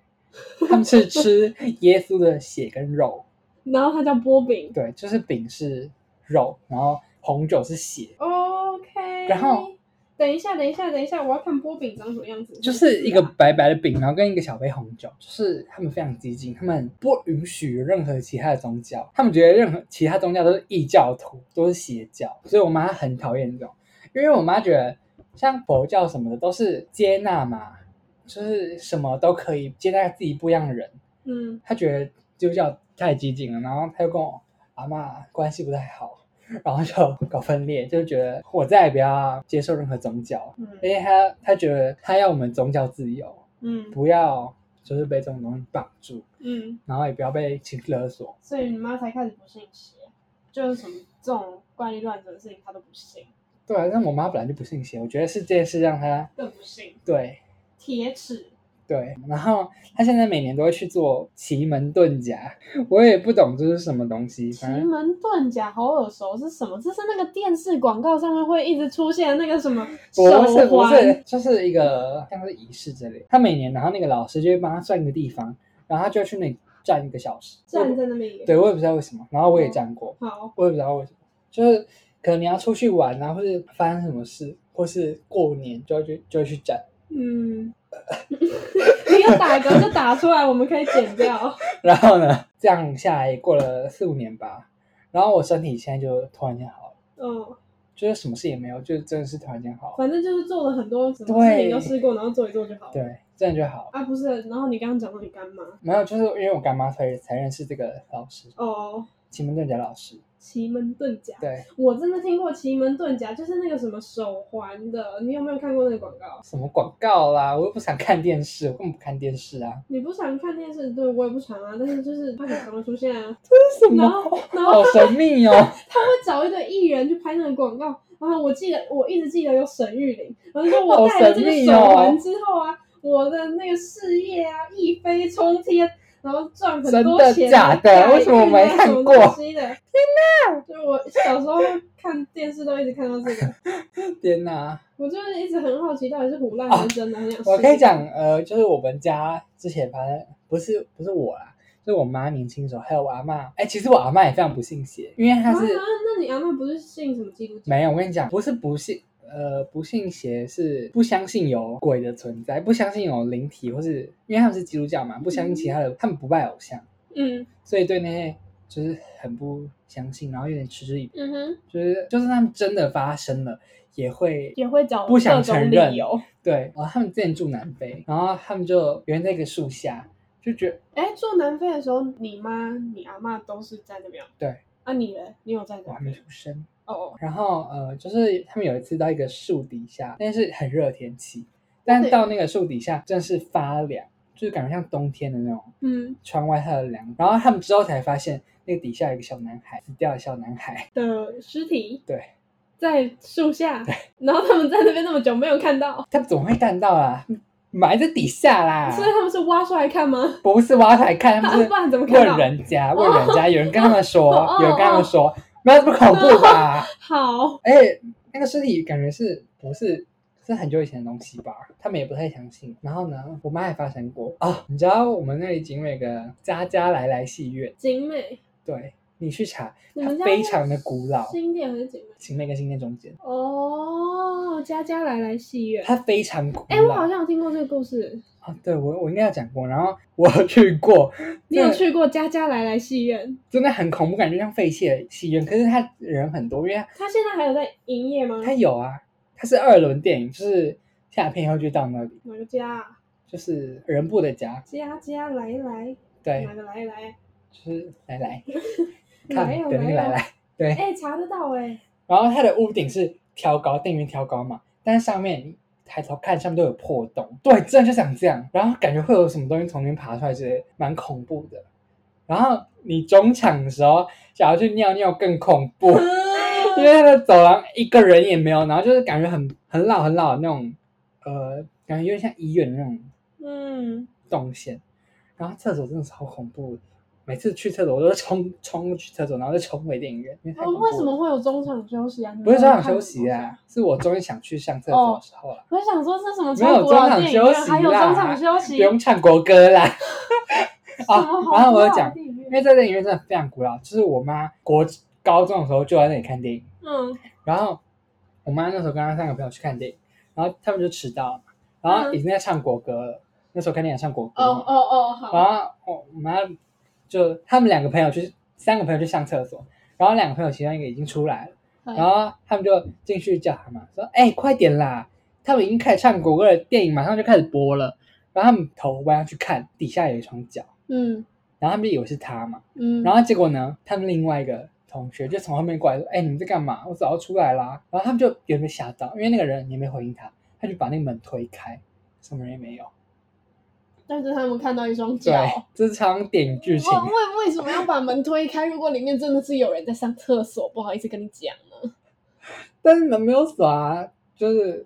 [SPEAKER 2] 他们是吃耶稣的血跟肉，
[SPEAKER 1] 然后它叫波饼。
[SPEAKER 2] 对，就是饼是肉，然后红酒是血，
[SPEAKER 1] OK。
[SPEAKER 2] 然后。
[SPEAKER 1] 等一下，等一下，等一下，我要看波饼长什么样子。
[SPEAKER 2] 就是一个白白的饼，然后跟一个小杯红酒，就是他们非常激进，他们不允许有任何其他的宗教，他们觉得任何其他宗教都是异教徒，都是邪教，所以我妈很讨厌这种，因为我妈觉得像佛教什么的都是接纳嘛，就是什么都可以接纳自己不一样的人，
[SPEAKER 1] 嗯，
[SPEAKER 2] 她觉得基督教太激进了，然后她就跟我阿妈关系不太好。然后就搞分裂，就觉得我再也不要接受任何宗教，
[SPEAKER 1] 嗯
[SPEAKER 2] 因为他他觉得他要我们宗教自由，
[SPEAKER 1] 嗯
[SPEAKER 2] 不要就是被这种东西绑住，
[SPEAKER 1] 嗯，
[SPEAKER 2] 然后也不要被情绪勒索。
[SPEAKER 1] 所以你妈才开始不信邪，就是什么这种怪力乱神的事情她都不信，
[SPEAKER 2] 对啊，但我妈本来就不信邪，我觉得是这件事让她
[SPEAKER 1] 更不信
[SPEAKER 2] 对
[SPEAKER 1] 铁齿。
[SPEAKER 2] 对，然后她现在每年都会去做奇门遁甲，我也不懂这是什么东西，
[SPEAKER 1] 奇
[SPEAKER 2] 反正
[SPEAKER 1] 门遁甲好耳熟，是什么？这是那个电视广告上面会一直出现的那个什么手
[SPEAKER 2] 不是不
[SPEAKER 1] 环？
[SPEAKER 2] 是，就是一个像是仪式之类的。她每年，然后那个老师就会帮她算一个地方，然后她就去那里站一个小时。
[SPEAKER 1] 站在那边。
[SPEAKER 2] 对，我也不知道为什么，然后我也站过。
[SPEAKER 1] 好，
[SPEAKER 2] 我也不知道为什么，就是可能你要出去玩啊，或是发生什么事，或是过年就要去就会去展，
[SPEAKER 1] 嗯， 你有打嗝就打出来，我们可以剪掉。
[SPEAKER 2] 然后呢，这样下来也过了四五年吧，然后我身体现在就突然间好了，
[SPEAKER 1] 嗯，
[SPEAKER 2] 就是什么事也没有，就真的是突然间好了，
[SPEAKER 1] 反正就是做了很多什么事情都试过，然后做一做就好了。
[SPEAKER 2] 对，真的就好了。
[SPEAKER 1] 啊，不是，然后你刚刚讲到你干妈
[SPEAKER 2] 没有，就是因为我干妈才才认识这个老师，
[SPEAKER 1] 哦，
[SPEAKER 2] 奇门遁甲老师，
[SPEAKER 1] 奇门遁甲。
[SPEAKER 2] 对，
[SPEAKER 1] 我真的听过奇门遁甲，就是那个什么手环的，你有没有看过那个广告？
[SPEAKER 2] 什么广告啦，我又不想看电视，我根本不看电视啊，
[SPEAKER 1] 你不常看电视，对我也不常啊，但是就是它很常会出现啊。
[SPEAKER 2] 这是什
[SPEAKER 1] 然
[SPEAKER 2] 么？
[SPEAKER 1] 后，然后
[SPEAKER 2] 好神秘哦！
[SPEAKER 1] 他会找一堆艺人去拍那个广告，然后我记得我一直记得有沈玉琳，然后说我戴了这个手环之后啊，我的那个事业啊一飞冲天，然后赚很多钱、啊，
[SPEAKER 2] 真的假的
[SPEAKER 1] 改运啊
[SPEAKER 2] 为什么我没看过
[SPEAKER 1] 什么东西的？天哪！就我小时候看电视都一直看到这个，
[SPEAKER 2] 天哪、
[SPEAKER 1] 我就是一直很好奇到底是胡乱还是真的，很想试
[SPEAKER 2] 哦我可以讲，呃，就是我们家之前反正不是不是我啦，就是我妈年轻的时候，还有我阿妈。哎，其实我阿妈也非常不信邪，因为她
[SPEAKER 1] 啊，
[SPEAKER 2] 是、
[SPEAKER 1] 那你阿妈不是信什么基督教？
[SPEAKER 2] 没有。我跟你讲，不是不信，呃不信邪是不相信有鬼的存在，不相信有灵体，或是因为他们是基督教嘛，不相信其他的，他们不拜偶像，
[SPEAKER 1] 嗯
[SPEAKER 2] 所以对那些就是很不相信，然后有点嗤之以鼻，
[SPEAKER 1] 嗯哼，
[SPEAKER 2] 就是就是他们真的发生了，也会
[SPEAKER 3] 也会找
[SPEAKER 2] 不想
[SPEAKER 3] 各种
[SPEAKER 2] 承
[SPEAKER 3] 理
[SPEAKER 2] 认
[SPEAKER 3] 由。
[SPEAKER 2] 对，哦，他们之前住南非，然后他们就有人在一个树下，就觉得
[SPEAKER 1] 哎，住南非的时候，你妈、你阿妈都是在那边哦。
[SPEAKER 2] 对。
[SPEAKER 1] 啊，你嘞？你有在
[SPEAKER 2] 我
[SPEAKER 1] 哪
[SPEAKER 2] 还没
[SPEAKER 1] 边
[SPEAKER 2] 出？生。
[SPEAKER 1] 哦哦，
[SPEAKER 2] 然后呃，就是他们有一次到一个树底下，但是很热的天气，但
[SPEAKER 1] 对
[SPEAKER 2] 到那个树底下真的是发凉，就是感觉像冬天的那种
[SPEAKER 1] 嗯
[SPEAKER 2] 穿外套的凉。然后他们之后才发现，那个底下有一个小男孩，死掉的小男孩。
[SPEAKER 1] 的尸体
[SPEAKER 2] 对，
[SPEAKER 1] 在树下，然后他们在那边那么久没有看到，
[SPEAKER 2] 他们怎么会看到啊？埋在底下啦，
[SPEAKER 1] 所以他们是挖出来看吗？
[SPEAKER 2] 不是挖来看，啊他们
[SPEAKER 1] 不然怎么
[SPEAKER 2] 是
[SPEAKER 1] 看到
[SPEAKER 2] 问人家，问人家，有人跟他们
[SPEAKER 1] 哦
[SPEAKER 2] 说
[SPEAKER 1] 哦，
[SPEAKER 2] 有人跟他们说，没有这么恐怖吧？
[SPEAKER 1] 好，
[SPEAKER 2] 而且哎那个尸体感觉是不是是很久以前的东西吧？他们也不太相信。然后呢，我妈也发生过啊、你知道我们那里景美有个家家来来戏院，
[SPEAKER 1] 景美，
[SPEAKER 2] 对你去查，
[SPEAKER 1] 你们
[SPEAKER 2] 它
[SPEAKER 1] 家
[SPEAKER 2] 非常的古老，
[SPEAKER 1] 新店还是景美？
[SPEAKER 2] 景美跟新店中间，
[SPEAKER 1] 哦，家家来来戏院。
[SPEAKER 2] 它非常古
[SPEAKER 1] 哎，我
[SPEAKER 2] 老。
[SPEAKER 1] 好像有听过这个故事。
[SPEAKER 2] 啊，对我我应该有讲过，然后我去过，
[SPEAKER 1] 你有
[SPEAKER 2] 对
[SPEAKER 1] 去过家家来来戏院？
[SPEAKER 2] 真的很恐怖，感觉像废弃的戏院，可是它人很多，因为
[SPEAKER 1] 他现在还有在营业吗？
[SPEAKER 2] 它有啊，它是二轮电影，就是下片以后就到那里，
[SPEAKER 1] 哪个家啊？
[SPEAKER 2] 就是人部的家，
[SPEAKER 1] 家家来来，
[SPEAKER 2] 对
[SPEAKER 1] 哪，个来来？
[SPEAKER 2] 就是来来，看
[SPEAKER 1] 来哦
[SPEAKER 2] 等你来
[SPEAKER 1] 来哦！
[SPEAKER 2] 来，对。
[SPEAKER 1] 哎，查得到哎。
[SPEAKER 2] 然后它的屋顶是挑高，电源挑高嘛，但是上面你抬头看，上面都有破洞。对，真的就想这样，啊然后感觉会有什么东西从里面爬出来之类，蛮恐怖的。然后你中场的时候想要去尿尿更恐怖， 因为它的走廊一个人也没有，然后就是感觉很很老很老的那种，呃，感觉有点像医院的那种
[SPEAKER 1] 嗯，
[SPEAKER 2] 动线。然后厕所真的超恐怖的，每次去厕所我都冲冲去厕所，然后再冲回电影院。因为太
[SPEAKER 1] 哦，
[SPEAKER 2] 恐怖
[SPEAKER 1] 为什
[SPEAKER 2] 了
[SPEAKER 1] 么会有中场休息啊？你们
[SPEAKER 2] 不是中场
[SPEAKER 1] 看哦
[SPEAKER 2] 休息
[SPEAKER 1] 什么
[SPEAKER 2] 啊，是我终于想去上厕所的时候了，
[SPEAKER 1] 我想说这什么
[SPEAKER 2] 没有
[SPEAKER 1] 超古老的
[SPEAKER 2] 中场
[SPEAKER 1] 电影院，
[SPEAKER 2] 休息
[SPEAKER 1] 还有
[SPEAKER 2] 啦
[SPEAKER 1] 中场休
[SPEAKER 2] 不
[SPEAKER 1] 息，
[SPEAKER 2] 用唱国 歌啦。
[SPEAKER 1] 什么
[SPEAKER 2] 啊
[SPEAKER 1] 哦好，
[SPEAKER 2] 然后我
[SPEAKER 1] 古老的
[SPEAKER 2] 讲，
[SPEAKER 1] 电影院
[SPEAKER 2] 因为这电影院真的非常古老，就是我妈国高中的时候就在那里看电影，
[SPEAKER 1] 嗯
[SPEAKER 2] 然后我妈那时候跟她三个朋友去看电影，然后他们就迟到了嘛，然后已经在唱国歌了，那时候看电影唱国歌嘛，
[SPEAKER 1] 嗯哦哦好，
[SPEAKER 2] 然后我我妈就他们两个朋友去，三个朋友去上厕所，然后两个朋友其中一个已经出来了，
[SPEAKER 1] 嗯
[SPEAKER 2] 然后他们就进去叫他嘛，说：“哎、快点啦！他们已经开始唱国歌了，电影马上就开始播了。”然后他们头弯下去看，底下有一双脚，
[SPEAKER 1] 嗯
[SPEAKER 2] 然后他们就以为是他嘛。
[SPEAKER 1] 嗯，
[SPEAKER 2] 然后结果呢，他们另外一个同学就从后面过来说：“哎、你们在干嘛？我早就出来啦！”然后他们就有点被吓到，因为那个人也没回应他，他就把那个门推开，什么人也没有。
[SPEAKER 1] 但是他们看到一双脚
[SPEAKER 2] 对。，这是超像电影剧情。
[SPEAKER 1] 为为为什么要把门推开？如果里面真的是有人在上厕所，不好意思跟你讲呢，
[SPEAKER 2] 但是门没有锁啊，就是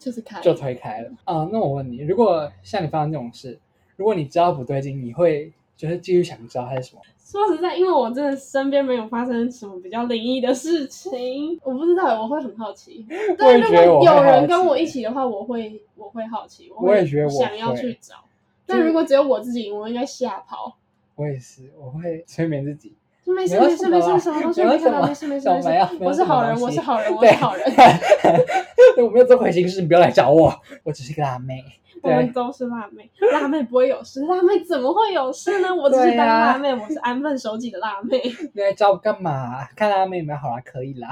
[SPEAKER 1] 就是开。
[SPEAKER 2] 就推开了啊。那我问你，如果像你发生这种事，如果你知道不对劲，你会就是继续想知道它是什么？
[SPEAKER 1] 说实在，因为我真的身边没有发生什么比较灵异的事情，我不知道，我会很好奇。
[SPEAKER 2] 我
[SPEAKER 1] 但
[SPEAKER 2] 也
[SPEAKER 1] 如
[SPEAKER 2] 觉得
[SPEAKER 1] 果
[SPEAKER 2] 我会
[SPEAKER 1] 有
[SPEAKER 2] 好
[SPEAKER 1] 人
[SPEAKER 2] 奇欸
[SPEAKER 1] 跟我一起的话，我会我会好奇，我
[SPEAKER 2] 我也
[SPEAKER 1] 会
[SPEAKER 2] 觉得我
[SPEAKER 1] 想要
[SPEAKER 2] 会
[SPEAKER 1] 去找。
[SPEAKER 2] 就
[SPEAKER 1] 但
[SPEAKER 2] 是
[SPEAKER 1] 如果只有我自己，我应该吓跑。
[SPEAKER 2] 我也是，我会催眠自己。
[SPEAKER 1] 就没事
[SPEAKER 2] 没有
[SPEAKER 1] 没事
[SPEAKER 2] 什么
[SPEAKER 1] 没
[SPEAKER 2] 啦
[SPEAKER 1] 事，什么东西
[SPEAKER 2] 没有
[SPEAKER 1] 没看
[SPEAKER 2] 什么
[SPEAKER 1] 到，没事没事
[SPEAKER 2] 什么
[SPEAKER 1] 没事
[SPEAKER 2] 没有没，有
[SPEAKER 1] 我
[SPEAKER 2] 什
[SPEAKER 1] 是
[SPEAKER 2] 么
[SPEAKER 1] 好人，
[SPEAKER 2] 东
[SPEAKER 1] 我
[SPEAKER 2] 西
[SPEAKER 1] 是好 人，我
[SPEAKER 2] 对
[SPEAKER 1] 是
[SPEAKER 2] 啊
[SPEAKER 1] 好人，
[SPEAKER 2] 我没有做亏心事，你不要来找我，我只是个辣妹。
[SPEAKER 1] 我们
[SPEAKER 2] 对，
[SPEAKER 1] 都是辣妹，辣妹不会有事，辣妹怎么会有事呢？我只
[SPEAKER 2] 对啊
[SPEAKER 1] 是
[SPEAKER 2] 呀
[SPEAKER 1] 当辣妹，我是安分守己的辣妹。
[SPEAKER 2] 你来找我干嘛？看辣妹有没有好啦，可以啦。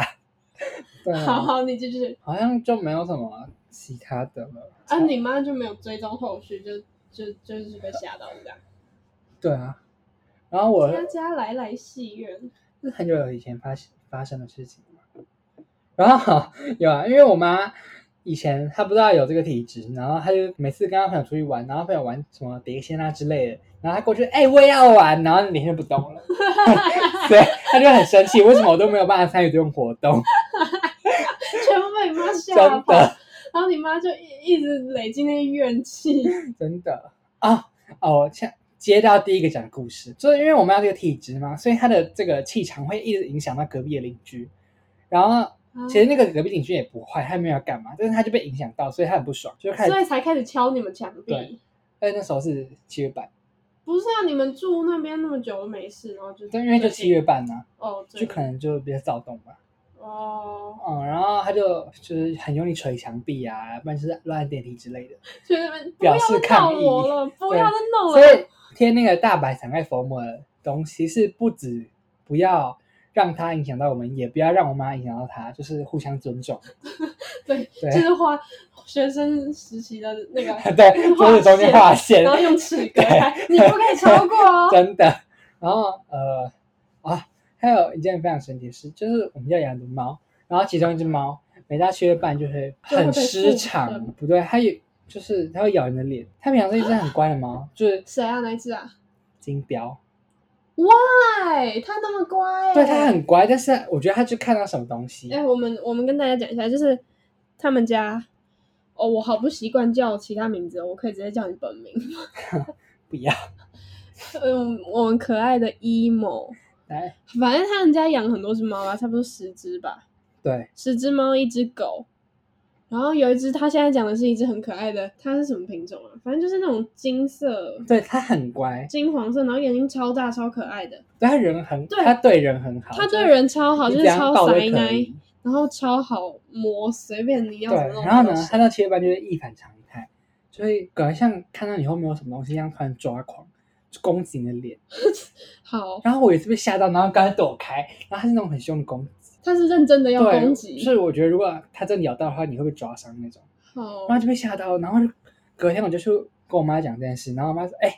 [SPEAKER 2] 对啊，
[SPEAKER 1] 好好，你继续。
[SPEAKER 2] 好像就没有什么其他的了。
[SPEAKER 1] 啊，你妈就没有追踪后续，就就就是被吓到这样。
[SPEAKER 2] 对啊，然后我
[SPEAKER 1] 家家来来戏院，
[SPEAKER 2] 是很久以前发生发生的事情嘛。然后有啊，因为我妈以前她不知道有这个体质，然后她就每次跟她朋友出去玩，然后朋友玩什么碟仙啊之类的，然后她过去，哎、我也要玩，然后脸就不动了，所以她就很生气，为什么我都没有办法参与这种活动？
[SPEAKER 1] 全部被你妈吓
[SPEAKER 2] 真
[SPEAKER 1] 跑，
[SPEAKER 2] 的，
[SPEAKER 1] 然后你妈就一一直累积那个怨 气。
[SPEAKER 2] 真的啊哦，像。接到第一个讲故事，就是因为我妈这个体质嘛，所以她的这个气场会一直影响到隔壁的邻居，然后
[SPEAKER 1] 啊
[SPEAKER 2] 其实那个隔壁邻居也不坏，他没有要干嘛，但是他就被影响到，所以他很不爽，就开始。
[SPEAKER 1] 所以才开始敲你们墙
[SPEAKER 2] 对
[SPEAKER 1] 壁。
[SPEAKER 2] 而且那时候是七月半，
[SPEAKER 1] 不是啊，你们住那边那么久都没事，然后就
[SPEAKER 2] 但因为就
[SPEAKER 1] 最
[SPEAKER 2] 七
[SPEAKER 1] 近
[SPEAKER 2] 月半呢、啊
[SPEAKER 1] 哦，最
[SPEAKER 2] 就可能就比较躁动吧。
[SPEAKER 1] 哦，
[SPEAKER 2] 嗯，然后他就就是很用力捶墙壁啊，不然就是乱按电梯之类的。
[SPEAKER 1] 所以那边
[SPEAKER 2] 表示
[SPEAKER 1] 不要再
[SPEAKER 2] 抗
[SPEAKER 1] 闹
[SPEAKER 2] 议
[SPEAKER 1] 我了，不要再弄
[SPEAKER 2] 所
[SPEAKER 1] 了。
[SPEAKER 2] 以贴那个大白伞盖佛母的东西是不止不要让它影响到我们，也不要让我妈影响到他，就是互相尊重。
[SPEAKER 1] 对，
[SPEAKER 2] 对
[SPEAKER 1] 就是画学生时期的那 个
[SPEAKER 2] 对，桌子中间画线
[SPEAKER 1] 然，后用尺隔开，你不可以超过 哦。
[SPEAKER 2] 真的。然后呃啊，还有一件非常神奇的事，就是我们家养的猫，然后其中一只猫每到七月半就会很失
[SPEAKER 1] 就会被
[SPEAKER 2] 常
[SPEAKER 1] 附，
[SPEAKER 2] 不对，它有就是它会咬人的脸。它平常是一只很乖的猫，就是
[SPEAKER 1] 谁啊？哪一只啊？
[SPEAKER 2] 金标，
[SPEAKER 1] 哎，它那么乖、欸，
[SPEAKER 2] 对它很乖，但是我觉得它就看到什么东西
[SPEAKER 1] 哎、，我们我们跟大家讲一下，就是他们家，哦，我好不习惯叫其他名字哦，我可以直接叫你本名。
[SPEAKER 2] 不要
[SPEAKER 1] 嗯，我们可爱的 emo，
[SPEAKER 2] 来
[SPEAKER 1] 反正他们家养很多只猫啊，差不多十只吧，
[SPEAKER 2] 对
[SPEAKER 1] 十只猫，一只狗。然后有一只，它现在讲的是一只很可爱的，它是什么品种啊？反正就是那种金色、
[SPEAKER 2] 对，它很乖，
[SPEAKER 1] 金黄色，然后眼睛超大、超可爱的。
[SPEAKER 2] 对它人很，
[SPEAKER 1] 对
[SPEAKER 2] 它对人很好，
[SPEAKER 1] 它对人超好，
[SPEAKER 2] 你
[SPEAKER 1] 就是
[SPEAKER 2] 怎样
[SPEAKER 1] 超
[SPEAKER 2] 抱都
[SPEAKER 1] 塞
[SPEAKER 2] 可
[SPEAKER 1] 奶
[SPEAKER 2] 以，
[SPEAKER 1] 然后超好摸，随便你要
[SPEAKER 2] 对，
[SPEAKER 1] 怎么弄。
[SPEAKER 2] 然后呢，他到七月半就会一反常态，就会搞得像看到你后面有什么东西一样，突然抓狂，就攻击你的脸。
[SPEAKER 1] 好，
[SPEAKER 2] 然后我也是被吓到，然后赶快躲开。然后他是那种很凶的攻击，
[SPEAKER 1] 它是认真的要
[SPEAKER 2] 对
[SPEAKER 1] 攻击，
[SPEAKER 2] 就是我觉得如果他真的咬到的话，你会被抓伤那种。
[SPEAKER 1] 好
[SPEAKER 2] 然后就被吓到，然后就隔天我就去跟我妈讲这件事，然后我妈说：“哎、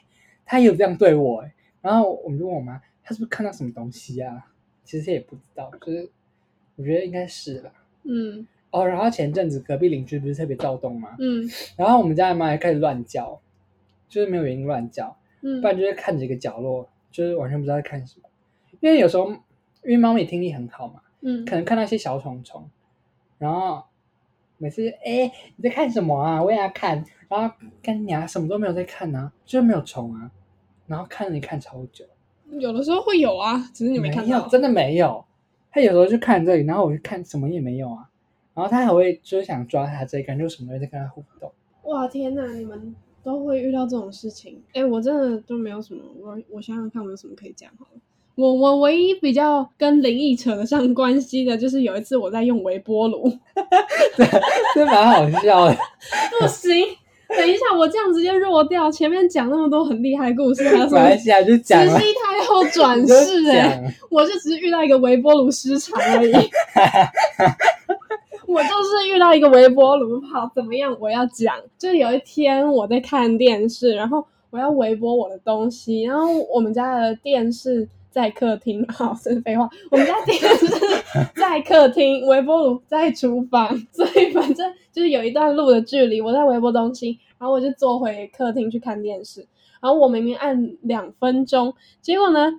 [SPEAKER 2] 他也有这样对我、哎。”然后我们就问我妈，她是不是看到什么东西啊？其实也不知道，就是我觉得应该是吧。
[SPEAKER 1] 嗯
[SPEAKER 2] 哦，然后前阵子隔壁邻居不是特别躁动吗？
[SPEAKER 1] 嗯
[SPEAKER 2] 然后我们家的猫也开始乱叫，就是没有原因乱叫，
[SPEAKER 1] 嗯，
[SPEAKER 2] 不然就是看着一个角落，就是完全不知道在看什么。因为有时候，因为猫咪听力很好嘛，
[SPEAKER 1] 嗯
[SPEAKER 2] 可能看到一些小虫虫，然后每次哎你在看什么啊？我也要看，然后干你啊，什么都没有在看啊，就是没有虫啊，然后看了一看超久，
[SPEAKER 1] 有的时候会有啊，只是你没看
[SPEAKER 2] 有
[SPEAKER 1] 到。
[SPEAKER 2] 真的没有。它有时候就看这里，然后我就看什么也没有啊，然后它还会就是想抓它这一感觉什么都在跟它互动。
[SPEAKER 1] 哇天哪，你们都会遇到这种事情？哎，我真的都没有什么，我我想想看，我有什么可以讲好了。我我唯一比较跟灵异扯得上关系的，就是有一次我在用微波炉，
[SPEAKER 2] 这蛮好笑的。
[SPEAKER 1] 不行，等一下我这样直接弱掉，前面讲那么多很厉害的故事，还有什
[SPEAKER 2] 马
[SPEAKER 1] 么
[SPEAKER 2] 来西亚就讲
[SPEAKER 1] 慈
[SPEAKER 2] 了，
[SPEAKER 1] 禧太后转
[SPEAKER 2] 你就
[SPEAKER 1] 世、欸，哎，
[SPEAKER 2] 讲
[SPEAKER 1] 我就只是遇到一个微波炉失常而已。 我就是遇到一个微波炉，好怎么样？我要讲，就是有一天我在看电视，然后我要微波我的东西，然后我们家的电视在客厅，好，这是废话，我们家电视在客厅，微波炉在厨房，所以反正就是有一段路的距离，我在微波东西，然后我就坐回客厅去看电视，然后我明明按两分钟，结果呢，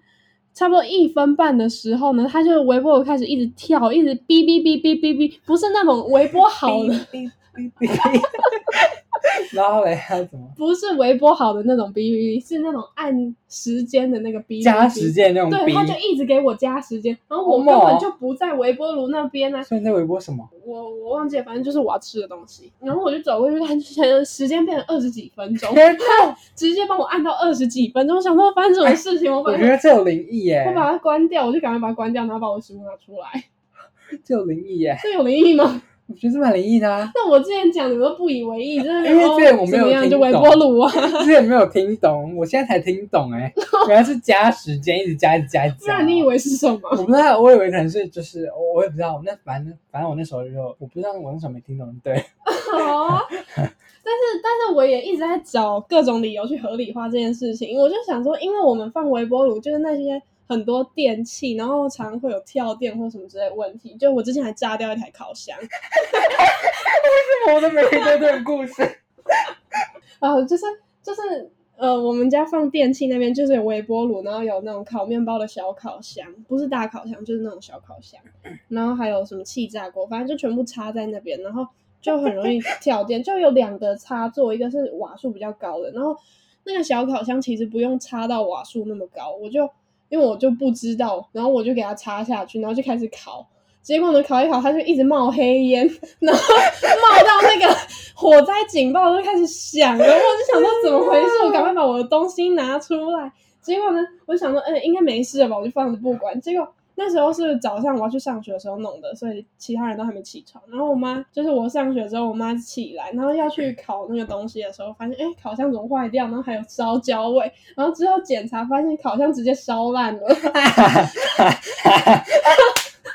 [SPEAKER 1] 差不多一分半的时候呢，它就微波炉开始一直跳，一直哔哔哔哔哔哔，不是那种微波好的，
[SPEAKER 2] 哔哔哔哔然后嘞，还有怎么
[SPEAKER 1] 不是微波好的那种哔哔哔，是那种按时间的那个哔哔哔。
[SPEAKER 2] 加时间那种
[SPEAKER 1] 对，他就
[SPEAKER 2] 哔？
[SPEAKER 1] 一直给我加时间，然后我
[SPEAKER 2] 好
[SPEAKER 1] 根
[SPEAKER 2] 猛哦
[SPEAKER 1] 本就不在微波炉那边呢、啊
[SPEAKER 2] 所以你在微波什么？
[SPEAKER 1] 我我忘记了，反正就是我要吃的东西。然后我就走过去，他前时间变成二十几分 钟，
[SPEAKER 2] 天哪！
[SPEAKER 1] 直接帮我按到二十几分钟，我想说发生什么事情，我把
[SPEAKER 2] 我觉得这有灵异耶
[SPEAKER 1] 我，把它关掉，我就赶快把它关掉，然后把我的食物拿出来。
[SPEAKER 2] 这有灵异耶，
[SPEAKER 1] 这有灵异吗？。
[SPEAKER 2] 我觉得这蛮灵异的啊
[SPEAKER 1] 那我之前讲你们都不以为意，真的。哦
[SPEAKER 2] 因为这个我没有
[SPEAKER 1] 怎么样
[SPEAKER 2] 听
[SPEAKER 1] 就微
[SPEAKER 2] 懂
[SPEAKER 1] 波炉 啊，
[SPEAKER 2] 之前没有听懂，我现在才听懂 哎，原来是加时间，一直加，一直加，一直
[SPEAKER 1] 不
[SPEAKER 2] 加。
[SPEAKER 1] 然你以？为是什么？
[SPEAKER 2] 我不知道，我以为可能是就是我我也不知道，我那反正反正我那时候就我不知道我那时候没听懂，对，
[SPEAKER 1] 好啊，但是但是我也一直在找各种理由去合理化这件事情。我就想说，因为我们放微波炉，就是那些很多电器，然后常会有跳电或什么之类的问题。就我之前还炸掉一台烤箱，
[SPEAKER 2] 我都没听过这个故事。
[SPEAKER 1] 呃，就是就是呃，我们家放电器那边就是有微波炉，然后有那种烤面包的小烤箱，不是大烤箱，就是那种小烤箱，然后还有什么气炸锅，反正就全部插在那边，然后就很容易跳电，就有两个插座，一个是瓦数比较高的，然后那个小烤箱其实不用插到瓦数那么高，我就因为我就不知道，然后我就给它插下去，然后就开始烤。结果呢，烤一烤，它就一直冒黑烟， 然后冒到那个火灾警报都开始响了。我就想说怎么回事，我赶快呃把我的东西拿出来。结果呢，我想说，嗯，应该没事了吧，我就放着不管。结果那时候是早上我要去上学的时候弄的，所以其他人都还没起床。然后我妈就是我上学之后，我妈起来，然后要去烤那个东西的时候，发现哎烤箱怎么坏掉，然后还有烧焦味。然后之后检查发现烤箱直接烧烂了。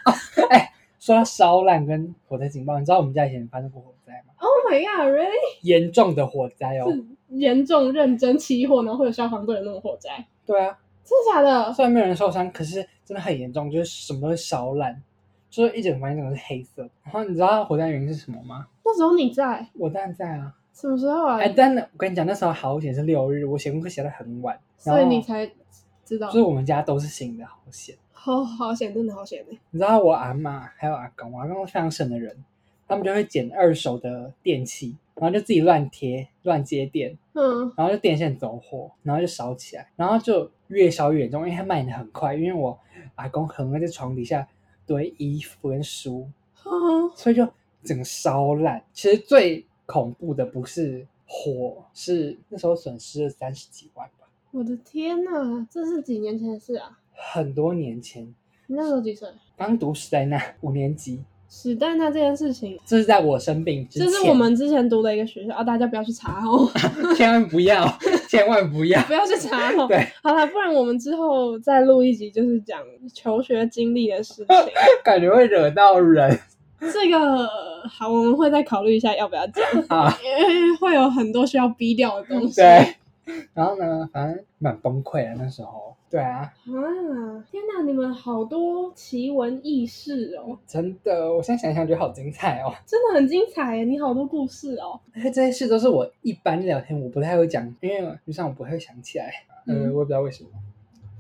[SPEAKER 1] Oh
[SPEAKER 2] 哎， 说到烧烂跟火灾警报，你知道我们家以前发生过火灾吗？
[SPEAKER 1] Oh my god, really？
[SPEAKER 2] 严重的火灾哦。
[SPEAKER 1] 是严重认真起火，然后会有消防队的那种火灾，
[SPEAKER 2] 对啊，
[SPEAKER 1] 真的假的？
[SPEAKER 2] 虽然没有人受伤，可是真的很严重，就是什么都会烧烂，就是一整个房间整个是黑色。然后你知道火灾原因是什么吗？
[SPEAKER 1] 那时候你在
[SPEAKER 2] 我当然在啊，
[SPEAKER 1] 什么时候啊？
[SPEAKER 2] 哎，但我跟你讲，那时候好险是六日，我写功课写到很晚，
[SPEAKER 1] 所
[SPEAKER 2] 然后
[SPEAKER 1] 以你才知道
[SPEAKER 2] 哦就。是我们家都是新的，好险。
[SPEAKER 1] 好好险，真的好险哎！
[SPEAKER 2] 你知道我阿妈还有阿公，我阿公是非常省的人，他们就会捡二手的电器，然后就自己乱贴乱接电，
[SPEAKER 1] 嗯，
[SPEAKER 2] 然后就电线走火，然后就烧起来，然后就越烧越严重，因为它蔓延的很快。因为我阿公很会在床底下堆衣服跟书，
[SPEAKER 1] 哦
[SPEAKER 2] 所以就整个烧烂。其实最恐怖的不是火，是那时候损失了三十几万吧，
[SPEAKER 1] 我的天呐，这是几年前的事啊！
[SPEAKER 2] 很多年前，
[SPEAKER 1] 你那时候几岁？
[SPEAKER 2] 刚读史在那五年级，
[SPEAKER 1] 史黛娜这件事情，
[SPEAKER 2] 这是在我生病之
[SPEAKER 1] 这
[SPEAKER 2] 前，
[SPEAKER 1] 是我们之前读的一个学校啊，大家不要去查哦，
[SPEAKER 2] 千万不要，千万不要。
[SPEAKER 1] 不要去查哦。
[SPEAKER 2] 对，
[SPEAKER 1] 好啦，不然我们之后再录一集，就是讲求学经历的事 情。
[SPEAKER 2] 感觉会惹到人
[SPEAKER 1] 这个好，我们会再考虑一下要不要讲，
[SPEAKER 2] 啊。
[SPEAKER 1] 因为会有很多需要逼掉的东西。
[SPEAKER 2] 对，然后呢，反正蛮崩溃的那时候。对啊，
[SPEAKER 1] 啊！天哪，你们好多奇闻异事哦，
[SPEAKER 2] 真的，我现在想想觉得好精彩哦。
[SPEAKER 1] 真的很精彩耶！你好多故事哦。
[SPEAKER 2] 而 且这些事都是我一般聊天我不太会讲，因为就像我不会想起来，呃，
[SPEAKER 1] 嗯
[SPEAKER 2] 我也不知道为什么。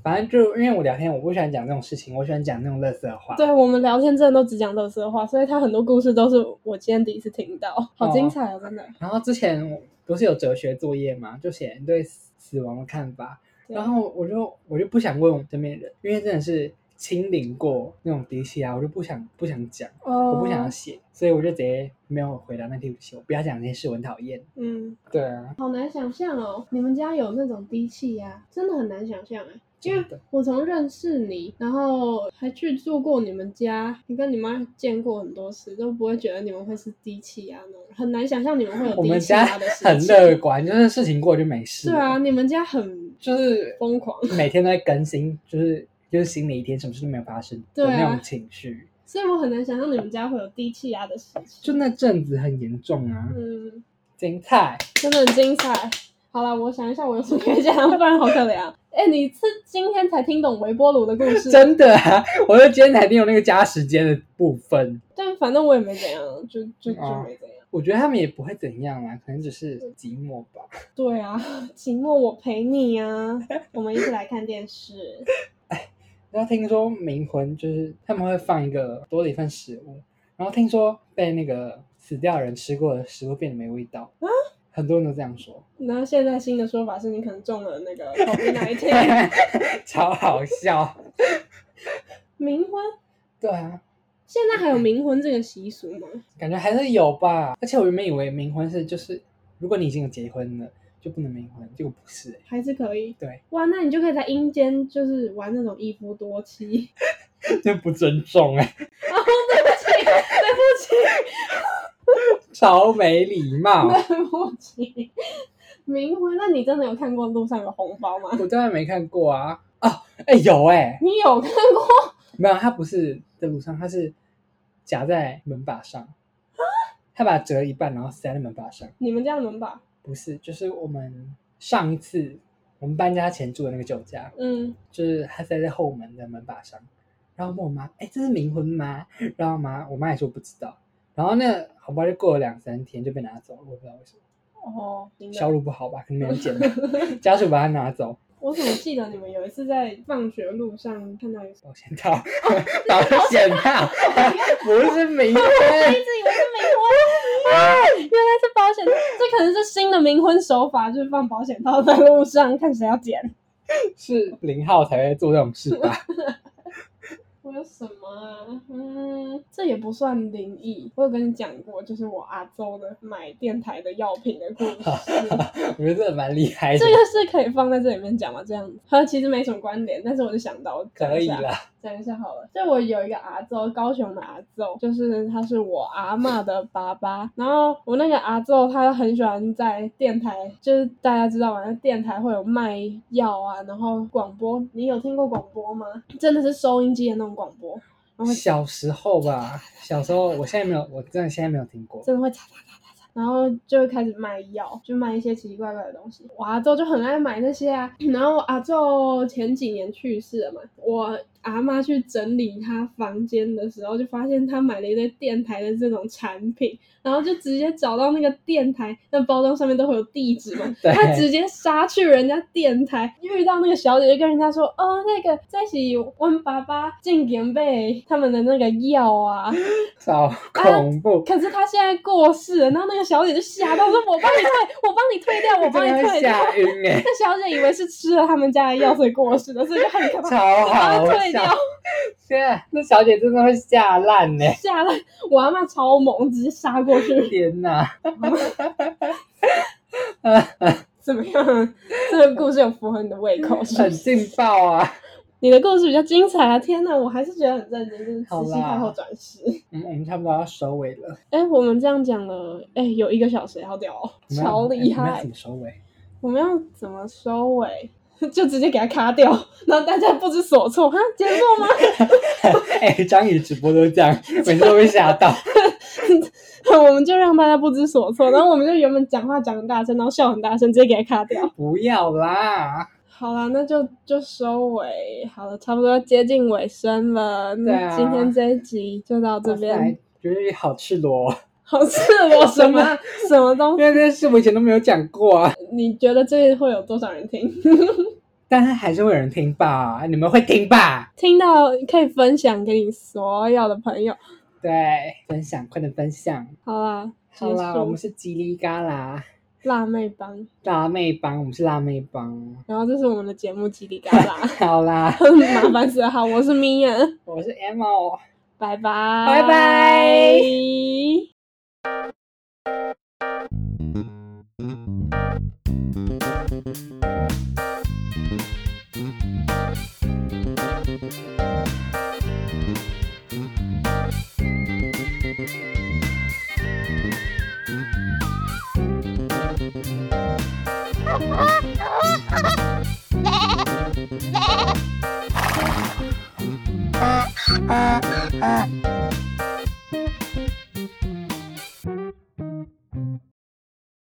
[SPEAKER 2] 反正就因为我聊天，我不喜欢讲这种事情，我喜欢讲那种乐色话。
[SPEAKER 1] 对我们聊天真的都只讲乐色话，所以他很多故事都是我今天第一次听到，好精彩哦，真的。
[SPEAKER 2] 然后之前我不是有哲学作业嘛，就写你对死死亡的看法，
[SPEAKER 1] 对
[SPEAKER 2] 然后我就我就不想问我身边人，因为真的是亲临过那种比起来，我就不想不想讲。
[SPEAKER 1] 哦
[SPEAKER 2] 我不想要写，所以我就直接没有回答那题，我不要讲这些事，我很讨厌。
[SPEAKER 1] 嗯，
[SPEAKER 2] 对啊，
[SPEAKER 1] 好难想象哦，你们家有那种低气压，真的很难想象哎。因为
[SPEAKER 2] 真的
[SPEAKER 1] 我从认识你，然后还去住过你们家，你跟你妈见过很多次，都不会觉得你们会是低气压那种，很难想象你们会有
[SPEAKER 2] 我
[SPEAKER 1] 低
[SPEAKER 2] 们
[SPEAKER 1] 气
[SPEAKER 2] 家
[SPEAKER 1] 压的事情。
[SPEAKER 2] 很乐观，就是事情过就没事。
[SPEAKER 1] 对啊，，你们家很
[SPEAKER 2] 就是
[SPEAKER 1] 疯狂，
[SPEAKER 2] 每天都在更新，就是就是新的一天，什么事都没有发生的
[SPEAKER 1] 对啊
[SPEAKER 2] 那种情绪，
[SPEAKER 1] 所以我很难想象你们家会有低气压的事情。
[SPEAKER 2] 就那阵子很严重啊。
[SPEAKER 1] 嗯，
[SPEAKER 2] 精彩，
[SPEAKER 1] 真的很精彩。好了，我想一下我有什么可以讲，不然好可怜啊。哎、你是今天才听懂微波炉的故事？
[SPEAKER 2] 真的啊！ 我就今天才听有那个加时间的部分，
[SPEAKER 1] 但反正我也没怎样，就就就
[SPEAKER 2] 哦
[SPEAKER 1] 没怎样。
[SPEAKER 2] 我觉得他们也不会怎样啦，可能只是寂寞吧。
[SPEAKER 1] 对啊， 寂寞我陪你啊，我们一起来看电视。
[SPEAKER 2] 然后听说冥婚就是他们会放一个多的一份食物，然后听说被那个死掉的人吃过的食物变得没味道，啊、很多人都这样说，
[SPEAKER 1] 然后现在新的说法是你可能中了那个 COVID 19
[SPEAKER 2] 超好笑。
[SPEAKER 1] 冥婚，
[SPEAKER 2] 对啊，
[SPEAKER 1] 现在还有冥婚这个习俗吗？
[SPEAKER 2] 感觉还是有吧。而且我原本以为冥婚是就是如果你已经有结婚了就不能冥婚，结果不是、欸。
[SPEAKER 1] 还是可以？
[SPEAKER 2] 对，
[SPEAKER 1] 哇，那你就可以在阴间就是玩那种一夫多妻。
[SPEAKER 2] 这不尊重哎、
[SPEAKER 1] 哦对不起，对
[SPEAKER 2] 超没礼貌。
[SPEAKER 1] 不起，对不起。冥婚，那你真的有看过路上有红包吗？
[SPEAKER 2] 我当然没看过啊。哦，哎、有哎、
[SPEAKER 1] 你有看过？
[SPEAKER 2] 没有，他不是在路上，他是夹在门把上，他把它折一半，然后塞在门把上。
[SPEAKER 1] 你们家的门吧？
[SPEAKER 2] 不是，就是我们上一次我们搬家前住的那个酒家，
[SPEAKER 1] 嗯，
[SPEAKER 2] 就是他塞在后门的门把上。然后我问我妈，哎、这是冥婚吗？然后我妈，我妈也说不知道。然后那个红包就过了两三天就被拿走了，我不知道为什么，
[SPEAKER 1] 哦，明白
[SPEAKER 2] 销路不好吧，可能没人捡吧，家属把它拿走，
[SPEAKER 1] 我怎么记得你们有一次在放学路上看到有
[SPEAKER 2] 保险套， 保险套， 不是冥婚
[SPEAKER 1] 一。直以为是冥婚，啊 原来是保险，这可能是新的冥婚手法，就是放保险套在路上，看谁要捡。
[SPEAKER 2] 是零号才会做这种事吧？
[SPEAKER 1] 我有什么啊？嗯，这也不算灵异。我有跟你讲过，就是我阿周的买电台的药品的故 事。
[SPEAKER 2] 我觉得这蛮厉害的
[SPEAKER 1] 这，个是可以放在这里面讲吗？这样，它其实没什么关联，但是我就想到，
[SPEAKER 2] 可以。啦。
[SPEAKER 1] 讲一下好了，就我有一个阿奏，高雄的阿奏，就是他是我阿嬷的爸爸。然后我那个阿奏，他很喜欢在电台，就是大家知道嘛，电台会有卖药啊，然后广播，你有听过广播吗？真的是收音机的那种广播，
[SPEAKER 2] 小时候吧，小时候，我现在没有，我真的现在没有听过。
[SPEAKER 1] 真的会嚓嚓嚓嚓嚓，然后就开始卖药，就卖一些奇奇怪怪的东西。我阿周就很爱买那些啊， 然后我阿周前几年去世了嘛，我阿妈去整理她房间的时候，就发现她买了一堆电台的这种产品，然后就直接找到那个电台，那包装上面都会有地址 嘛，
[SPEAKER 2] 对
[SPEAKER 1] 他直接杀去人家电台，遇到那个小姐就跟人家说，哦，那个在起问爸爸进点被他们的那个药啊，
[SPEAKER 2] 好恐怖！
[SPEAKER 1] 可是他现在过世了，然后那个小姐就吓到说：“我帮你退，我帮你退掉，我帮
[SPEAKER 2] 真
[SPEAKER 1] 你
[SPEAKER 2] 的
[SPEAKER 1] 退
[SPEAKER 2] 会
[SPEAKER 1] 掉。
[SPEAKER 2] 吓晕哎”，
[SPEAKER 1] 那小姐以为是吃了他们家的药所以过世的，所以就很 可怕，
[SPEAKER 2] 超
[SPEAKER 1] 把
[SPEAKER 2] 好
[SPEAKER 1] 它退掉
[SPEAKER 2] 笑。现在那小姐真的会吓烂呢！
[SPEAKER 1] 吓得我阿妈超猛，直接杀过去，
[SPEAKER 2] 天哪，
[SPEAKER 1] 怎么样？这个故事有符合你的胃口是不
[SPEAKER 2] 很
[SPEAKER 1] 是？
[SPEAKER 2] 劲爆啊！
[SPEAKER 1] 你的故事比较精彩啊！天哪，我还是觉得很震惊，就是慈禧太后转世。
[SPEAKER 2] 嗯，我们差不多要收尾了，
[SPEAKER 1] 哎，我们这样讲了，哎，有一个小时，好屌哦，
[SPEAKER 2] 我们要
[SPEAKER 1] 超厉
[SPEAKER 2] 我们要
[SPEAKER 1] 害
[SPEAKER 2] 怎。么收尾？
[SPEAKER 1] 我们要怎么收尾？ 就直接给它卡掉， 然后大家不知所
[SPEAKER 2] 啊
[SPEAKER 1] 措，哈，结束吗？
[SPEAKER 2] 哎，张宇直播都这样，每次都被吓到。
[SPEAKER 1] 我们就让大家不知所措，然后我们就原本讲话讲很大声，然后笑很大声，直接给它卡 掉。
[SPEAKER 2] 不要啦！
[SPEAKER 1] 好啦，那就就收尾，好了，差不多接近尾声了。
[SPEAKER 2] 对
[SPEAKER 1] 那
[SPEAKER 2] 啊
[SPEAKER 1] 今天这一集就到这
[SPEAKER 2] 哇
[SPEAKER 1] 边
[SPEAKER 2] 塞。觉得好赤裸哦，
[SPEAKER 1] 好赤裸什么 什么东
[SPEAKER 2] 因
[SPEAKER 1] 西？
[SPEAKER 2] 为这件事我以前都没有讲过啊。
[SPEAKER 1] 你觉得这会有多少人听？
[SPEAKER 2] 但是还是会有人听吧？你们会听吧？
[SPEAKER 1] 听到可以分享给你所有的朋友。
[SPEAKER 2] 对，分享，快点分享。
[SPEAKER 1] 好啦，结
[SPEAKER 2] 好啦，我们
[SPEAKER 1] 束
[SPEAKER 2] 是吉利嘎啦
[SPEAKER 1] 辣妹帮，
[SPEAKER 2] 辣妹帮，我们是辣妹帮。，
[SPEAKER 1] 然后这是我们的节目《叽里嘎啦》
[SPEAKER 2] 好啦，
[SPEAKER 1] 麻烦死了。好，我是 Mia，
[SPEAKER 2] 我是哦 Emo。
[SPEAKER 1] 拜拜，
[SPEAKER 2] 拜拜。
[SPEAKER 4] Uh, uh, uh.